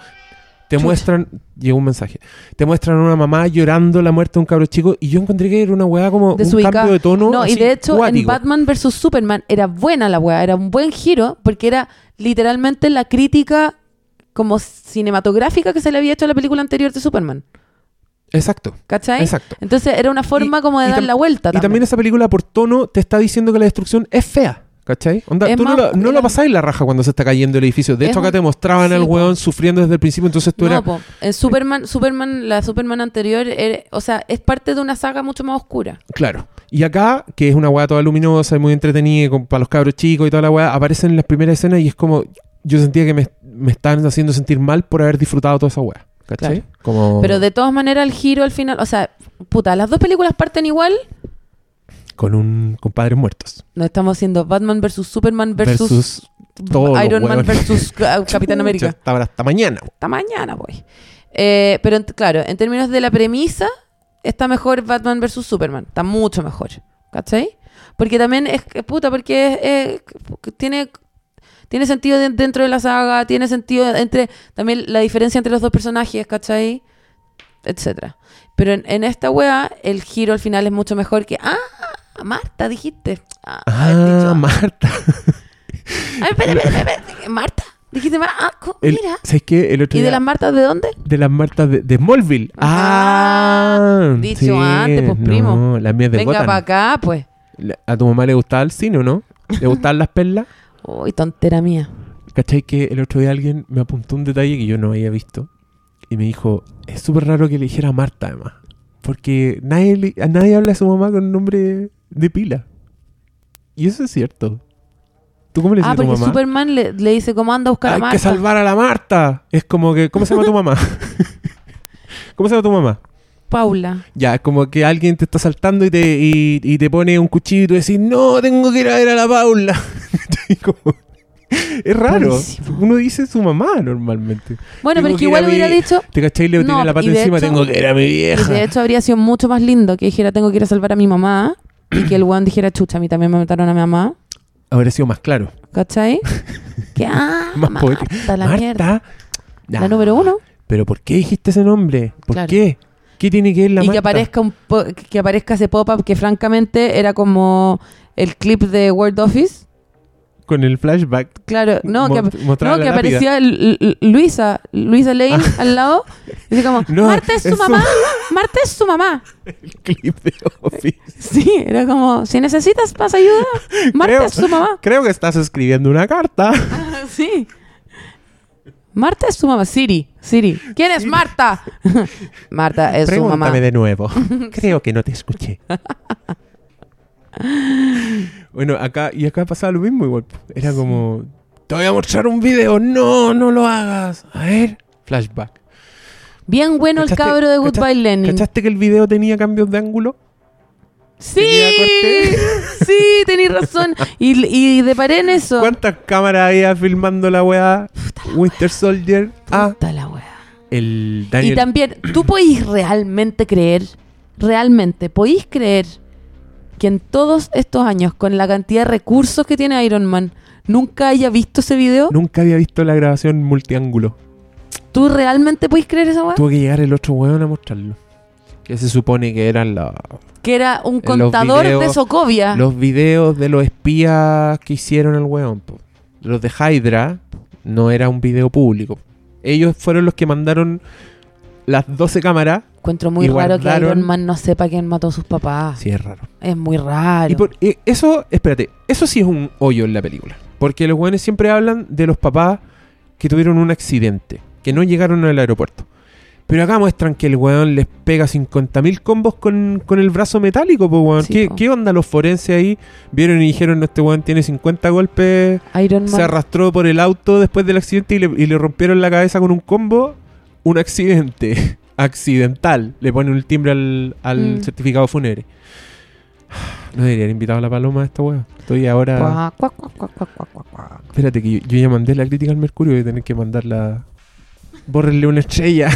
Te
Chucha.
muestran, llegó un mensaje, te muestran a una mamá llorando la muerte de un cabro chico y yo encontré que era una weá como un
Desubicada.
cambio de tono.
No, y
así,
de hecho en
cuático.
Batman vs. Superman era buena la weá, era un buen giro porque era literalmente la crítica como cinematográfica que se le había hecho a la película anterior de Superman.
Exacto,
¿Cachai?
exacto.
Entonces era una forma
Y-
como de
y
dar
tam-
la vuelta.
Y también esa película por tono te está diciendo que la destrucción es fea. ¿Cachai? Onda,
Es
tú
más-
no, la, no
era-
la pasás en la raja cuando se está cayendo el edificio. De
Es
hecho, acá
un-
te mostraban
sí,
al
po.
weón sufriendo desde el principio, entonces tú
no,
eras.
po. En Superman, Superman, la Superman anterior, era- o sea, es parte de una saga mucho más oscura.
Claro. Y acá, que es una weá toda luminosa y muy entretenida, y con, para los cabros chicos y toda la weá, aparecen en las primeras escenas y es como. Yo sentía que me, me estaban haciendo sentir mal por haber disfrutado toda esa weá. ¿Cachai?
Claro.
Como...
Pero de todas maneras, el giro al final, o sea, puta, las dos películas parten igual.
Con un. con padres muertos.
No estamos haciendo Batman versus Superman versus,
Versus. todos los
Iron Man
hueones.
versus Ca- Capitán
Chucha,
América.
Hasta, ahora, hasta mañana.
Hasta mañana, voy. Eh, pero ent- claro, en términos de la premisa, está mejor Batman versus Superman. Está mucho mejor. ¿Cachai? Porque también es que- puta, porque es- es- que tiene, tiene sentido de- dentro de la saga, tiene sentido entre también la diferencia entre los dos personajes, ¿cachai? Etcétera. Pero en, en esta wea, el giro al final es mucho mejor que. ¡Ah! Marta, dijiste. Ah, haber
Ah,
dicho-
Marta.
Ay, espera, espera, espera, espera. Marta. Dijiste, Mar- ah, co-
El-
mira.
¿Sabes qué? El otro
¿Y de
día-
las martas de dónde?
de las martas de, de Smallville.
Ah,
Ah,
dicho antes, pues, primo.
No, las mías de
Venga
Gotham.
para acá, pues.
La- A tu mamá le gustaba el cine, ¿o no? ¿Le gustaban las perlas?
Uy, tontera mía.
¿Cachai que el otro día alguien me apuntó un detalle que yo no había visto? Y me dijo, es súper raro que le dijera Marta, además. Porque nadie, le- a nadie habla a su mamá con nombre de pila. Y eso es cierto. ¿Tú cómo le dices
Ah,
a tu
porque
mamá?
Superman le, le dice cómo anda a buscar
Hay
a Marta.
que salvar a la Marta. Es como que, ¿cómo se llama tu mamá? ¿Cómo se llama tu mamá?
Paula.
Ya, es como que alguien te está saltando y te, y, y te pone un cuchillo y tú decís, no, tengo que ir a ver a la Paula. Y como- es raro.
Buenísimo.
Uno dice su mamá normalmente.
Bueno,
Tengo
pero es
que
que
ir
igual
a mi-
hubiera dicho.
Te cachai, le
No,
tiene la pata
y de
encima,
hecho-
tengo que ir a mi
y
vieja.
De hecho, habría sido mucho más lindo que dijera, tengo que ir a salvar a mi mamá. Y que el weón dijera, chucha, a mí también me mataron a mi mamá.
Habría sido más claro.
¿Cachai? Que, ah,
Más poético.
Marta, la
Marta.
mierda.
nah.
La número uno.
Pero ¿por qué dijiste ese nombre? ¿Por
Claro.
qué? ¿Qué tiene que ver la
y que
Marta?
aparezca, un po- que aparezca ese pop-up que francamente era como el clip de Word Office.
Con el flashback.
Claro, no, que,
mo- mostraba
no, que
la lápida. Ah.
aparecía L- L- Luisa, Luisa Lane al lado. Y dice como,
No,
Marta es su
es su-
mamá, Marta es su mamá.
El clip de Office.
Sí, era como, si necesitas más ayuda, Marta
Creo-
es su mamá. Ah,
Creo que estás escribiendo una carta.
Sí. Marta es su mamá, Siri, Siri. ¿Quién es Marta? Marta es su mamá.
Pregúntame de nuevo. Creo que no te escuché. bueno, acá y acá pasaba lo mismo igual. Era como te voy a mostrar un video. No, no lo hagas. A ver, flashback.
Bien bueno el
¿Cachaste-
cabro de
cachaste-
Goodbye Lenin.
¿Cachaste que el video tenía cambios de ángulo? Tenía
Sí, sí, tenéis razón. Y, y deparé en eso.
¿Cuántas cámaras había filmando la weá? Winter Soldier. Ah,
Puta la wea.
el
Y
Daniel.
también, ¿tú podéis realmente creer? Realmente, ¿podéis creer que en todos estos años, con la cantidad de recursos que tiene Iron Man, nunca haya visto ese video?
Nunca había visto la grabación multiángulo.
¿Tú realmente podéis creer esa wea?
Tuvo que llegar el otro weón a mostrarlo. Que se supone que eran la-
Que era
En
un
los
contador de
videos,
Sokovia.
los videos de los espías que hicieron el weón. po. Los de Hydra no era un video público. Ellos fueron los que mandaron las 12 cámaras.
Encuentro muy
y
raro que
guardaron-
Iron Man no sepa quién mató a sus papás.
Sí, es raro.
Es muy raro.
Y por- y eso, espérate, eso sí es un hoyo en la película. Porque los weones siempre hablan de los papás que tuvieron un accidente, que no llegaron al aeropuerto. Pero acá muestran que el weón les pega 50.000 combos con, con el brazo metálico, pues weón.
Sí,
¿Qué,
po.
qué onda los forenses ahí? Vieron y dijeron, este weón tiene 50 golpes,
Iron Man.
se arrastró por el auto después del accidente y le, y le rompieron la cabeza con un combo. Un accidente, accidental. Le ponen un timbre al, al
Mm.
certificado fúnebre. No debería haber invitado a la paloma a esta wea. Estoy ahora...
Cuac, cuac, cuac, cuac, cuac, cuac, cuac, cuac.
Espérate, que yo, yo ya mandé la crítica al Mercurio y voy a tener que mandarla... Bórrenle una estrella.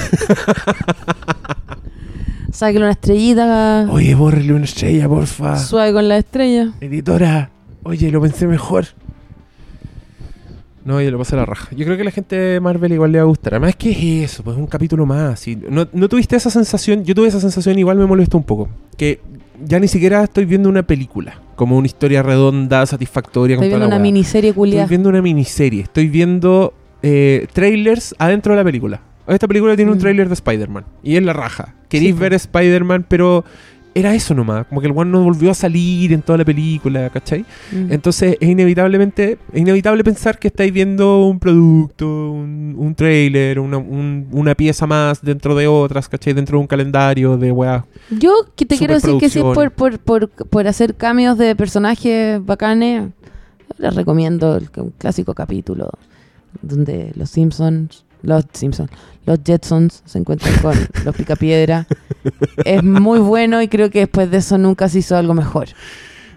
Sáquenle una estrellita.
Oye, bórrenle una estrella, porfa.
Suave con la estrella.
Editora, oye, lo pensé mejor. No, yo lo pasé a la raja. Yo creo que a la gente de Marvel igual le va a gustar. Además, ¿qué es eso? Pues un capítulo más. y no, no tuviste esa sensación. Yo tuve esa sensación, igual me molestó un poco. Que ya ni siquiera estoy viendo una película. Como una historia redonda, satisfactoria. con
Estoy
toda
viendo
la
una
weá.
miniserie
Estoy
culiada.
viendo una miniserie. Estoy viendo eh, trailers adentro de la película. Esta película tiene un
Mm.
trailer de Spider-Man. Y es la raja. Queréis
Sí.
ver Spider-Man, pero era eso nomás. Como que el one no volvió a salir en toda la película, ¿cachai?
Mm.
Entonces es inevitablemente es inevitable pensar que estáis viendo un producto, un, un trailer, una, un- una pieza más dentro de otras, ¿cachai? Dentro de un calendario de weá.
Yo que te quiero decir que si es por,
Superproducciones.
por, por, por hacer cambios de personajes bacanes, les recomiendo el, un clásico capítulo donde los Simpsons, los Simpsons, los Jetsons se encuentran con los Picapiedra. Es muy bueno y creo que después de eso nunca se hizo algo mejor.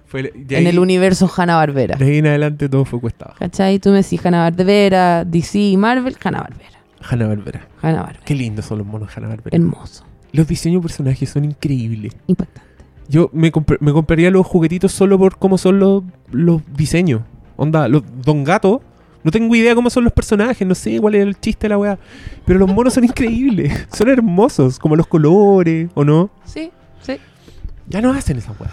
Fue de
en
ahí-
el universo Hanna-Barbera.
De ahí en adelante todo fue cuesta abajo.
¿Cachai? Tú me decís Hanna-Barbera, DC y Marvel, Hanna-Barbera.
Hanna-Barbera.
Hanna-Barbera.
Qué lindos son los monos de Hanna-Barbera.
Hermoso.
Los diseños de personajes son increíbles.
Impactante.
Yo me, compr- me compraría los juguetitos solo por cómo son los, los diseños. Onda, los Don Gato. No tengo idea cómo son los personajes, no sé cuál es el chiste de la weá. Pero los monos son increíbles. Son hermosos, como los colores, ¿o no?
Sí, sí.
Ya no hacen esa weá.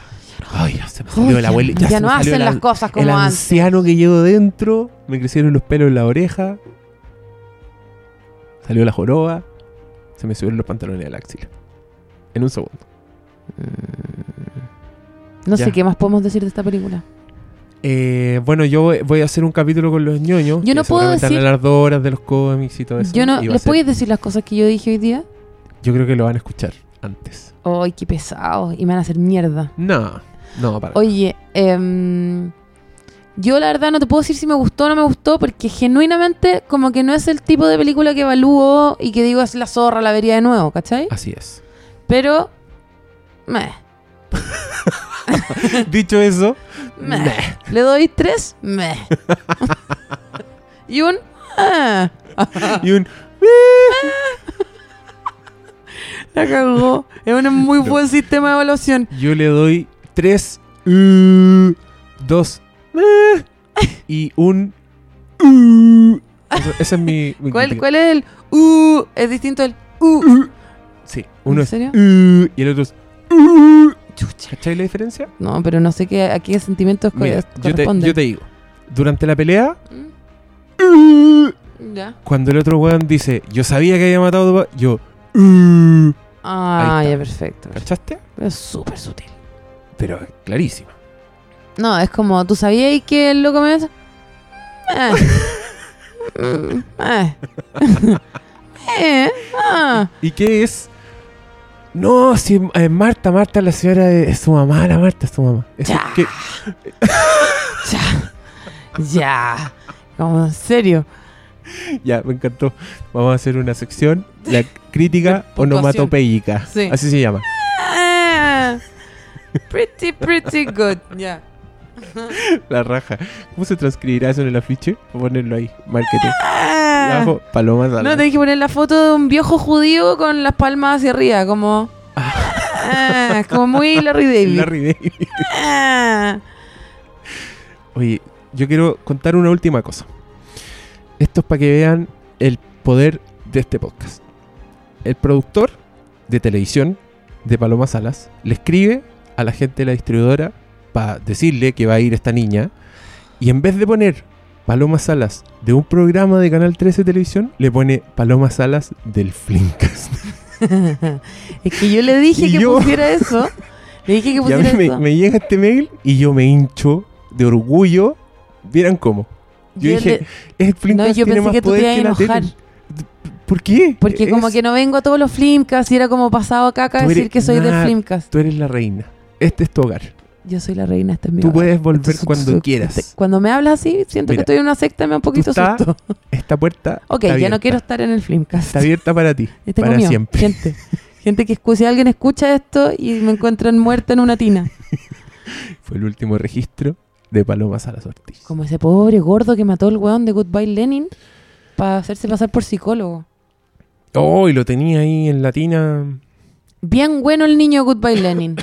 Ay, ya se me salió el
ya-
abuelo.
ya
se me
no
salió
hacen
el
las
an-
cosas como
El
antes.
anciano que llevo dentro. Me crecieron los pelos en la oreja. Salió la joroba. Se me subieron los pantalones a la axila. En un segundo. Mm.
No
Ya.
sé qué más podemos decir de esta película.
Eh, bueno, yo voy- voy a hacer un capítulo con los ñoños.
Yo no
que
puedo
seguramente van a
decir-
hablar dos horas de los cómics y todo eso.
Yo no,
y va a
¿Les
ser-
podéis decir las cosas que yo dije hoy día?
Yo creo que lo van a escuchar antes.
Ay, qué pesado. Y me van a hacer mierda.
No, no, para.
Oye, em, yo la verdad no te puedo decir si me gustó o no me gustó, porque genuinamente como que no es el tipo de película que evalúo y que digo es la zorra, la vería de nuevo, ¿cachai?
Así es.
Pero... meh,
Dicho eso,
meh. Le doy tres... Meh. y un... ah.
y un.
La cagó. Es un muy buen sistema de evaluación.
Yo le doy tres. uh, dos. eh, y un. uh. Eso- ese es mi. mi
¿Cuál,
crítica.
cuál es el... Uh, es distinto el... Uh.
Sí, uno
¿En
es.
serio?
uh, y el otro es. uh. ¿Cachai la diferencia?
No, pero no sé qué, a qué sentimientos co-
Mira, yo te,
corresponden.
yo te digo. Durante la pelea.
Mm,
uh,
Ya.
cuando el otro weón dice, yo sabía que había matado a tu pa-", yo. uh,
Ah,
Ahí está.
ya, perfecto.
¿Cachaste?
Es súper sutil.
Pero clarísima.
No, es como, ¿tú sabías que el loco me... hace? Eh. Mm, eh. Eh, ah.
¿Y qué es? No, si eh, Marta, Marta, la señora de- es su mamá, la Marta es su mamá. Es-
Ya.
que-
Ya. Ya. Como, en serio.
ya, me encantó. Vamos a hacer una sección, la crítica
Puntuación.
onomatopéyica.
Sí.
Así se llama.
Ah. Pretty, pretty good. Ya.
La raja. ¿Cómo se transcribirá eso en el afiche? Voy a ponerlo ahí, marketing.
Ah.
Abajo, palomas
No, tenés que poner la foto de un viejo judío con las palmas hacia arriba, como... Ah, como muy Larry David.
Larry David.
Ah.
Oye, yo quiero contar una última cosa. Esto es para que vean el poder de este podcast. El productor de televisión de Paloma Salas le escribe a la gente de la distribuidora para decirle que va a ir esta niña. Y en vez de poner Paloma Salas de un programa de Canal 13 Televisión, le pone Paloma Salas del Flinkas.
es que yo le dije
Y
que
yo-
pusiera eso. Le dije que
Y a mí
pusiera
me,
eso.
me llega este mail y yo me hincho de orgullo. ¿Vieran cómo? Yo,
Yo
dije, el
le- no,
Flimcast
yo
tiene
pensé
más
que tú
poder
te ibas a
que la tele.
enojar.
¿Por qué?
Porque como
Es-
que no vengo a todos los Flimcast y era como pasado acá a
Tú eres-
decir que soy
nah.
del Flimcast.
Tú eres la reina. Este es tu hogar.
Yo soy la reina, esta es mi
Tú
hogar.
puedes volver
Entonces,
cuando
su- te-
quieras.
Cuando me hablas así, siento
Mira,
que estoy en una secta y me da un poquito
está-
susto.
Esta puerta
Ok,
está
ya
abierta.
no quiero estar en el Flimcast.
Está abierta para ti.
Este
para
comió.
siempre.
Gente, gente que escucha, si alguien escucha esto y me encuentran muerta en una tina.
Fue el último registro de Paloma Salas Ortiz.
Como ese pobre gordo que mató el weón de Goodbye Lenin para hacerse pasar por psicólogo.
Oh, y lo tenía ahí en latina.
Bien bueno el niño Goodbye Lenin.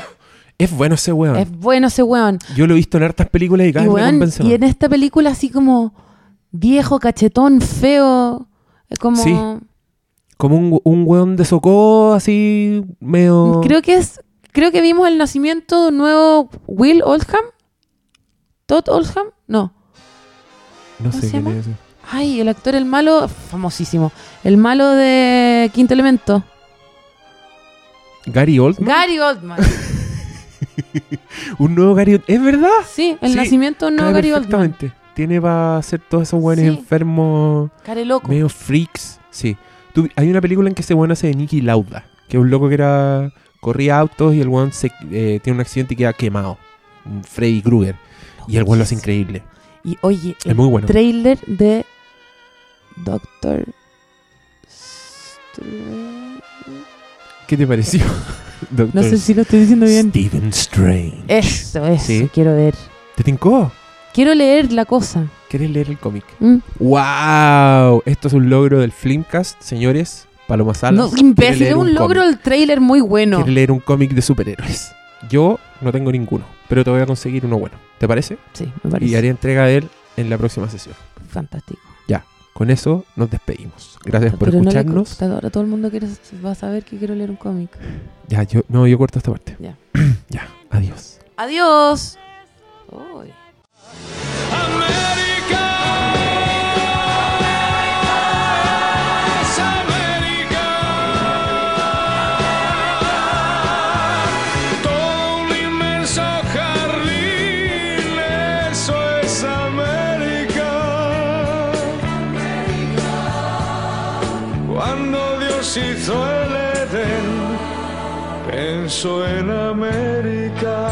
Es bueno ese weón.
es bueno ese weón.
Yo lo he visto en hartas películas y cada
Y,
vez me
weón,
convence
y
más.
en esta película así como viejo, cachetón, feo. Es como...
Sí. Como un, un weón de Socó, así medio.
Mm, Creo que es... Creo que vimos el nacimiento de un nuevo Will Oldham. Todd Oldham. No.
No
¿cómo
sé
se
qué
llama?
le dice.
Ay, el actor, el malo, famosísimo. El malo de Quinto Elemento.
Gary Oldman.
Gary Oldman.
Un nuevo Gary Oldman. Es verdad.
Sí, el
Sí,
nacimiento de un nuevo
Cae
Gary Oldman.
perfectamente. Tiene para hacer todos esos weones
Sí.
enfermos.
Care loco.
Medio freaks, sí. Tú- hay una película en que ese weón hace de Nicky Lauda, que es un loco que era corría autos y el weón se, eh, tiene un accidente y queda quemado. Un Freddy Krueger. Y el weón lo hace increíble.
Y oye,
Es
el
muy bueno.
trailer de Doctor Strange.
¿Qué te pareció? Doctor
No sé si lo Eh. estoy diciendo bien.
Stephen Strange.
Eso, eso.
Sí.
Quiero ver.
¿Te tincó?
Quiero leer la cosa.
¿Querés leer el cómic?
Mm.
¡Wow! Esto es un logro del Flimcast, señores. Paloma
No,
Salas. quiere
imbécil,
leer
es un logro
cómic.
el trailer muy bueno.
Quiere leer un cómic de superhéroes. Yo no tengo ninguno, pero te voy a conseguir uno bueno. ¿Te parece?
Sí, me
Y
parece
haré entrega de él en la próxima sesión.
fantástico.
Con eso nos despedimos. Gracias por
Ah, Pero no le
escucharnos.
corta, ahora todo el mundo quiere, va a saber que quiero leer un cómic.
ya, yo, no, yo corto esta parte.
Ya.
ya, adiós.
Adiós.
America. deshizo el Edén, pienso en América.